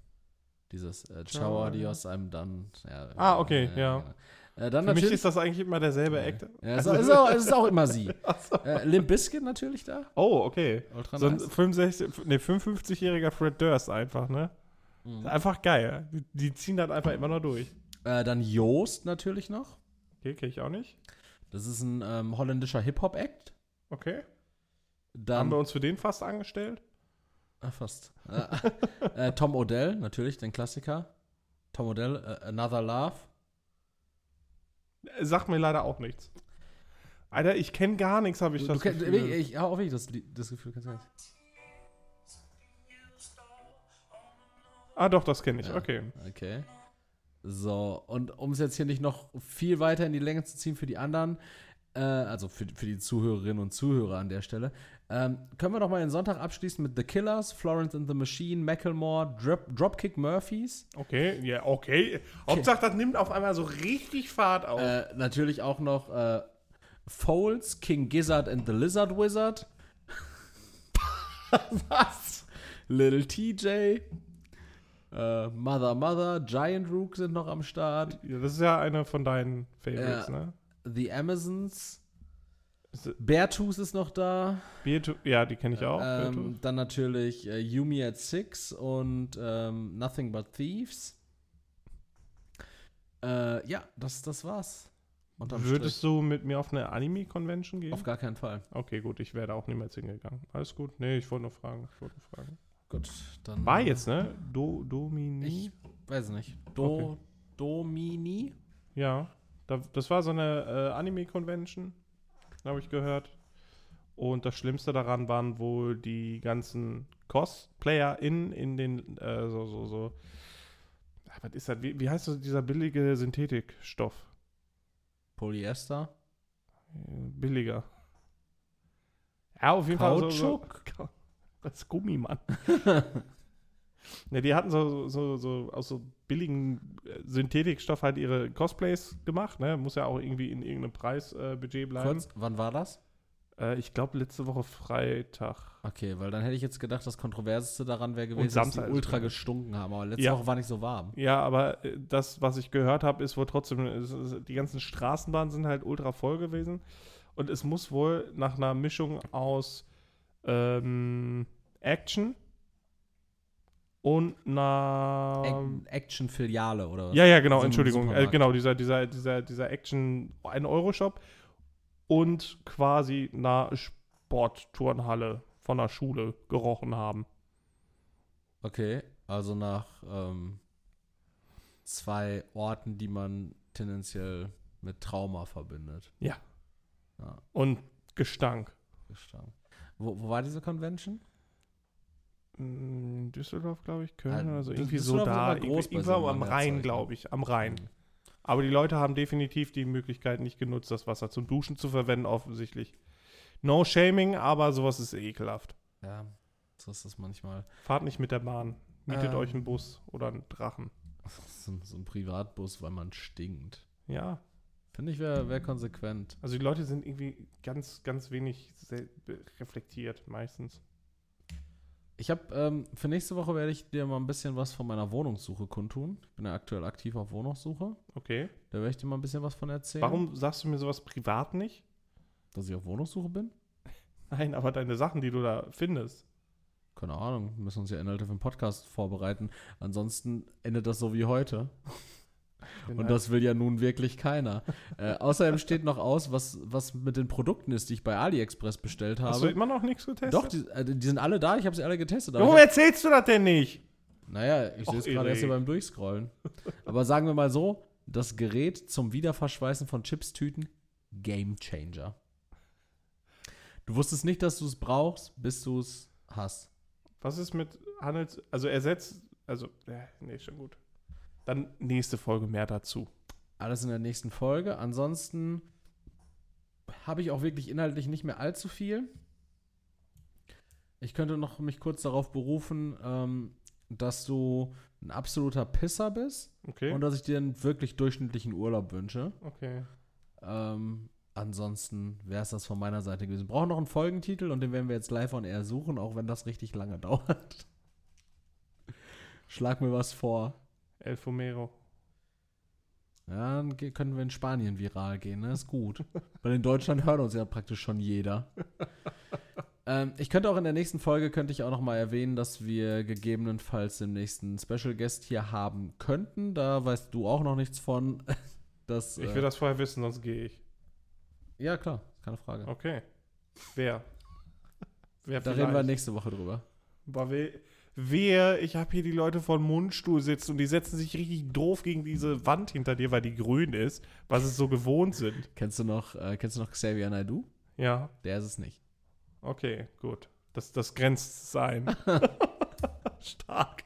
[SPEAKER 2] Dieses äh, Ciao
[SPEAKER 1] Ciao,
[SPEAKER 2] Adios, I'm done. Ja,
[SPEAKER 1] Ah, okay,
[SPEAKER 2] äh,
[SPEAKER 1] ja.
[SPEAKER 2] genau. Äh, dann
[SPEAKER 1] Für mich
[SPEAKER 2] natürlich.
[SPEAKER 1] ist das eigentlich immer derselbe Act. Also
[SPEAKER 2] ja, es, ist auch, es ist auch immer sie. äh, Limp Bizkit natürlich da.
[SPEAKER 1] Oh, okay.
[SPEAKER 2] Ultra
[SPEAKER 1] So ein
[SPEAKER 2] nice.
[SPEAKER 1] 65 nee, 55-jähriger Fred Durst einfach, ne?
[SPEAKER 2] Mhm.
[SPEAKER 1] Einfach geil. Die, die ziehen das einfach immer noch durch.
[SPEAKER 2] Äh, dann Joost natürlich noch.
[SPEAKER 1] Okay, kenne ich auch nicht.
[SPEAKER 2] Das ist ein ähm, holländischer Hip-Hop-Act.
[SPEAKER 1] Okay. Haben
[SPEAKER 2] Dann.
[SPEAKER 1] wir uns für den fast angestellt?
[SPEAKER 2] Ah, fast. Äh, äh, Tom Odell, natürlich, den Klassiker. Tom Odell, äh, Another Love.
[SPEAKER 1] Äh, Sagt mir leider auch nichts. Alter, ich kenne gar nichts, habe ich
[SPEAKER 2] Du,
[SPEAKER 1] das
[SPEAKER 2] du kenn, äh,
[SPEAKER 1] Gefühl.
[SPEAKER 2] ich, ich habe auch wirklich das, Lied- das Gefühl, du kennst gar nicht.
[SPEAKER 1] Ah, doch, das kenne ich.
[SPEAKER 2] Ja.
[SPEAKER 1] Okay.
[SPEAKER 2] Okay. So, und um es jetzt hier nicht noch viel weiter in die Länge zu ziehen für die anderen, äh, also für, für die Zuhörerinnen und Zuhörer an der Stelle, ähm, können wir doch mal den Sonntag abschließen mit The Killers, Florence and the Machine, Macklemore, Drop, Dropkick Murphys,
[SPEAKER 1] Okay, ja, okay. Hauptsache, das nimmt auf einmal so richtig Fahrt auf.
[SPEAKER 2] äh, natürlich auch noch äh, Foles, King Gizzard and the Lizard Wizard. Was? Little TJ, äh, Mother Mother, Giant Rook sind noch am Start,
[SPEAKER 1] Ja, das ist ja einer von deinen Favorites,
[SPEAKER 2] Ja.
[SPEAKER 1] ne?
[SPEAKER 2] The Amazons,
[SPEAKER 1] Ist-
[SPEAKER 2] Beartooth ist noch da,
[SPEAKER 1] Beartooth, ja, die kenne ich auch. Beartooth.
[SPEAKER 2] ähm, dann natürlich äh, Yumi at Six und ähm, Nothing But Thieves. Äh, ja, das, das war's. Unterm
[SPEAKER 1] Würdest du mit mir auf eine Anime-Convention gehen?
[SPEAKER 2] Strich. Auf gar keinen Fall.
[SPEAKER 1] okay, gut, ich wäre da auch niemals hingegangen. Alles gut. Nee, ich wollte nur fragen. Ich wollte nur fragen.
[SPEAKER 2] Gut, dann.
[SPEAKER 1] War jetzt, ne? Do, Domini?
[SPEAKER 2] Ich weiß nicht. Do,
[SPEAKER 1] Okay.
[SPEAKER 2] Domini?
[SPEAKER 1] Ja, da, das war so eine äh, Anime-Convention, habe ich gehört. Und das Schlimmste daran waren wohl die ganzen Cosplayer in, in den, äh, so, so, so. Ah, Was ist das? Wie, wie heißt das, dieser billige Synthetikstoff?
[SPEAKER 2] Polyester?
[SPEAKER 1] Äh, Billiger. Ja, auf jeden Fall. So,
[SPEAKER 2] Kautschuk?
[SPEAKER 1] so, das Gummi, Mann. ne, die hatten so, so, so aus so billigen äh, Synthetikstoff halt ihre Cosplays gemacht, ne? Muss ja auch irgendwie in irgendeinem Preisbudget äh, Budget bleiben.
[SPEAKER 2] Kurz, wann war das?
[SPEAKER 1] Äh, ich glaube letzte Woche Freitag.
[SPEAKER 2] Okay, weil dann hätte ich jetzt gedacht, das Kontroverseste daran wäre
[SPEAKER 1] Und
[SPEAKER 2] gewesen, dass die
[SPEAKER 1] Samstag ist
[SPEAKER 2] ultra
[SPEAKER 1] es.
[SPEAKER 2] gestunken haben. Aber letzte
[SPEAKER 1] Ja.
[SPEAKER 2] Woche war nicht so warm.
[SPEAKER 1] Ja, aber äh, das, was ich gehört habe, ist wohl trotzdem, es ist, die ganzen Straßenbahnen sind halt ultra voll gewesen. Und es muss wohl nach einer Mischung aus ähm, Action und einer.
[SPEAKER 2] Ac- Action-Filiale oder was?
[SPEAKER 1] Ähm. Ja, ja, genau,
[SPEAKER 2] so ein
[SPEAKER 1] Entschuldigung. Äh,
[SPEAKER 2] Supermarkt.
[SPEAKER 1] genau, dieser, dieser, dieser, dieser Action 1-Euro-Shop und quasi einer Sportturnhalle von einer Schule gerochen haben.
[SPEAKER 2] Okay, also nach ähm, zwei Orten, die man tendenziell mit Trauma verbindet.
[SPEAKER 1] Und Gestank.
[SPEAKER 2] Gestanden. Wo, wo war diese Convention?
[SPEAKER 1] Mm, Düsseldorf, glaube ich, Köln
[SPEAKER 2] Ah,
[SPEAKER 1] oder so.
[SPEAKER 2] Dü-
[SPEAKER 1] Irgendwie so
[SPEAKER 2] Düsseldorf ist
[SPEAKER 1] da.
[SPEAKER 2] aber groß
[SPEAKER 1] Irgendwie,
[SPEAKER 2] bei
[SPEAKER 1] irgendwo
[SPEAKER 2] so Mhm. einem
[SPEAKER 1] am Rhein,
[SPEAKER 2] Wanderzeichen.
[SPEAKER 1] glaube ich. Am Rhein. Aber die Leute haben definitiv die Möglichkeit nicht genutzt, das Wasser zum Duschen zu verwenden, offensichtlich. No shaming, aber sowas ist ekelhaft.
[SPEAKER 2] Ja, so ist das manchmal.
[SPEAKER 1] Fahrt nicht mit der Bahn. Mietet
[SPEAKER 2] Ähm.
[SPEAKER 1] euch einen Bus oder einen Drachen.
[SPEAKER 2] So, ein- so ein Privatbus, weil man stinkt.
[SPEAKER 1] Ja.
[SPEAKER 2] Finde ich, wäre wär konsequent.
[SPEAKER 1] Also die Leute sind irgendwie ganz, ganz wenig sel- be- reflektiert meistens.
[SPEAKER 2] Ich habe ähm, für nächste Woche werde ich dir mal ein bisschen was von meiner Wohnungssuche kundtun. Ich bin ja aktuell aktiv auf Wohnungssuche.
[SPEAKER 1] Okay.
[SPEAKER 2] Da werde ich dir mal ein bisschen was von erzählen.
[SPEAKER 1] Warum sagst du mir sowas privat nicht?
[SPEAKER 2] Dass ich auf Wohnungssuche bin?
[SPEAKER 1] Nein, aber deine Sachen, die du da findest.
[SPEAKER 2] Keine Ahnung. Wir müssen uns ja Inhalte für den Podcast vorbereiten. Ansonsten endet das so wie heute. Und das will ja nun wirklich keiner. äh, außerdem steht noch aus, was, was mit den Produkten ist, die ich bei AliExpress bestellt
[SPEAKER 1] Hast du
[SPEAKER 2] habe.
[SPEAKER 1] immer noch nichts getestet?
[SPEAKER 2] Doch, die, äh, die sind alle da. Ich habe sie alle getestet. aber ich
[SPEAKER 1] Warum
[SPEAKER 2] hab-
[SPEAKER 1] erzählst du das denn nicht?
[SPEAKER 2] Naja, ich
[SPEAKER 1] Och,
[SPEAKER 2] sehe es gerade erst hier
[SPEAKER 1] Erik.
[SPEAKER 2] beim Durchscrollen. Aber sagen wir mal so, das Gerät zum Wiederverschweißen von Chipstüten, Game Changer. Du wusstest nicht, dass du es brauchst, bis du es hast.
[SPEAKER 1] Was ist mit Handels... Also ersetzt... Also, äh, nee, schon gut. Dann nächste Folge mehr dazu.
[SPEAKER 2] Alles in der nächsten Folge. Ansonsten habe ich auch wirklich inhaltlich nicht mehr allzu viel. Ich könnte noch mich kurz darauf berufen, ähm, dass du ein absoluter Pisser bist
[SPEAKER 1] Okay?
[SPEAKER 2] und dass ich dir einen wirklich durchschnittlichen Urlaub wünsche.
[SPEAKER 1] okay.
[SPEAKER 2] Ähm, ansonsten wäre es das von meiner Seite gewesen. Wir brauchen noch einen Folgentitel und den werden wir jetzt live on air suchen, auch wenn das richtig lange dauert. Schlag mir was vor.
[SPEAKER 1] El Fumero.
[SPEAKER 2] Ja, dann ge- können wir in Spanien viral gehen, ne? Ist gut. Weil in Deutschland hört uns ja praktisch schon jeder. ähm, ich könnte auch in der nächsten Folge, könnte ich auch noch mal erwähnen, dass wir gegebenenfalls den nächsten Special Guest hier haben könnten. Da weißt du auch noch nichts von. Das,
[SPEAKER 1] Ich
[SPEAKER 2] äh,
[SPEAKER 1] will das vorher wissen, sonst gehe ich.
[SPEAKER 2] ja, klar, keine Frage.
[SPEAKER 1] Okay. Wer? Wer
[SPEAKER 2] Da reden wir nächste Woche drüber.
[SPEAKER 1] Boah, we- wehe, ich habe hier die Leute von Mundstuhl sitzen und die setzen sich richtig doof gegen diese Wand hinter dir, weil die grün ist, was es so gewohnt sind.
[SPEAKER 2] Kennst du noch, äh, kennst du noch Xavier Naidoo?
[SPEAKER 1] Ja,
[SPEAKER 2] Der ist es nicht.
[SPEAKER 1] okay, gut. Das, das grenzt sein. Stark.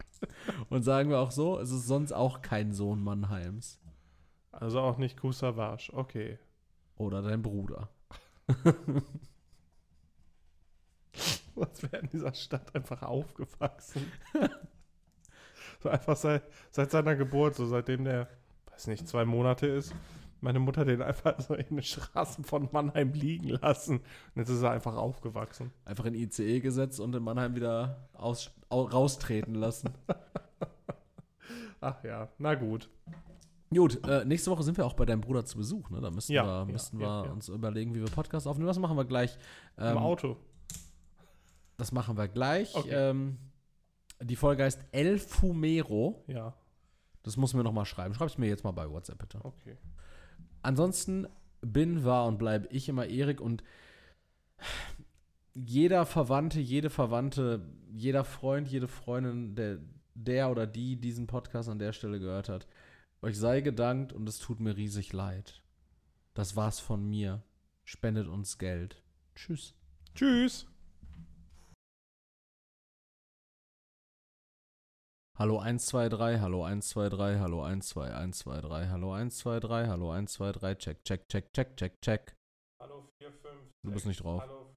[SPEAKER 2] Und sagen wir auch so, es ist sonst auch kein Sohn Mannheims
[SPEAKER 1] Also auch nicht Kusavage. Okay.
[SPEAKER 2] oder dein Bruder.
[SPEAKER 1] Was wäre in dieser Stadt einfach aufgewachsen? so einfach seit, seit seiner Geburt, so seitdem der, weiß nicht, zwei Monate ist, meine Mutter den einfach so in den Straßen von Mannheim liegen lassen. Und jetzt ist er einfach aufgewachsen.
[SPEAKER 2] Einfach in ICE gesetzt und in Mannheim wieder aus, au, raustreten lassen.
[SPEAKER 1] Ach ja, na gut.
[SPEAKER 2] Gut, äh, nächste Woche sind wir auch bei deinem Bruder zu Besuch. Ne? Da müssten
[SPEAKER 1] Ja,
[SPEAKER 2] wir,
[SPEAKER 1] ja,
[SPEAKER 2] müssten
[SPEAKER 1] ja,
[SPEAKER 2] wir
[SPEAKER 1] ja.
[SPEAKER 2] uns überlegen, wie wir Podcast aufnehmen. Das machen wir gleich.
[SPEAKER 1] Im
[SPEAKER 2] Ähm,
[SPEAKER 1] Auto.
[SPEAKER 2] das machen wir gleich.
[SPEAKER 1] Okay.
[SPEAKER 2] Ähm, die Folge heißt El Fumero.
[SPEAKER 1] Ja,
[SPEAKER 2] Das muss mir nochmal schreiben. Schreib es mir jetzt mal bei WhatsApp bitte.
[SPEAKER 1] okay.
[SPEAKER 2] Ansonsten bin, war und bleibe ich immer Erik und jeder Verwandte, jede Verwandte, jeder Freund, jede Freundin, der, der oder die diesen Podcast an der Stelle gehört hat, euch sei gedankt und es tut mir riesig leid. Das war's von mir. Spendet uns Geld. Tschüss.
[SPEAKER 1] Tschüss.
[SPEAKER 2] Hallo 123, hallo 123, hallo 12, 123, hallo 123, hallo 123, check, check, check, check, check, check.
[SPEAKER 1] Hallo 4, 5.
[SPEAKER 2] Du bist nicht drauf.
[SPEAKER 1] Hallo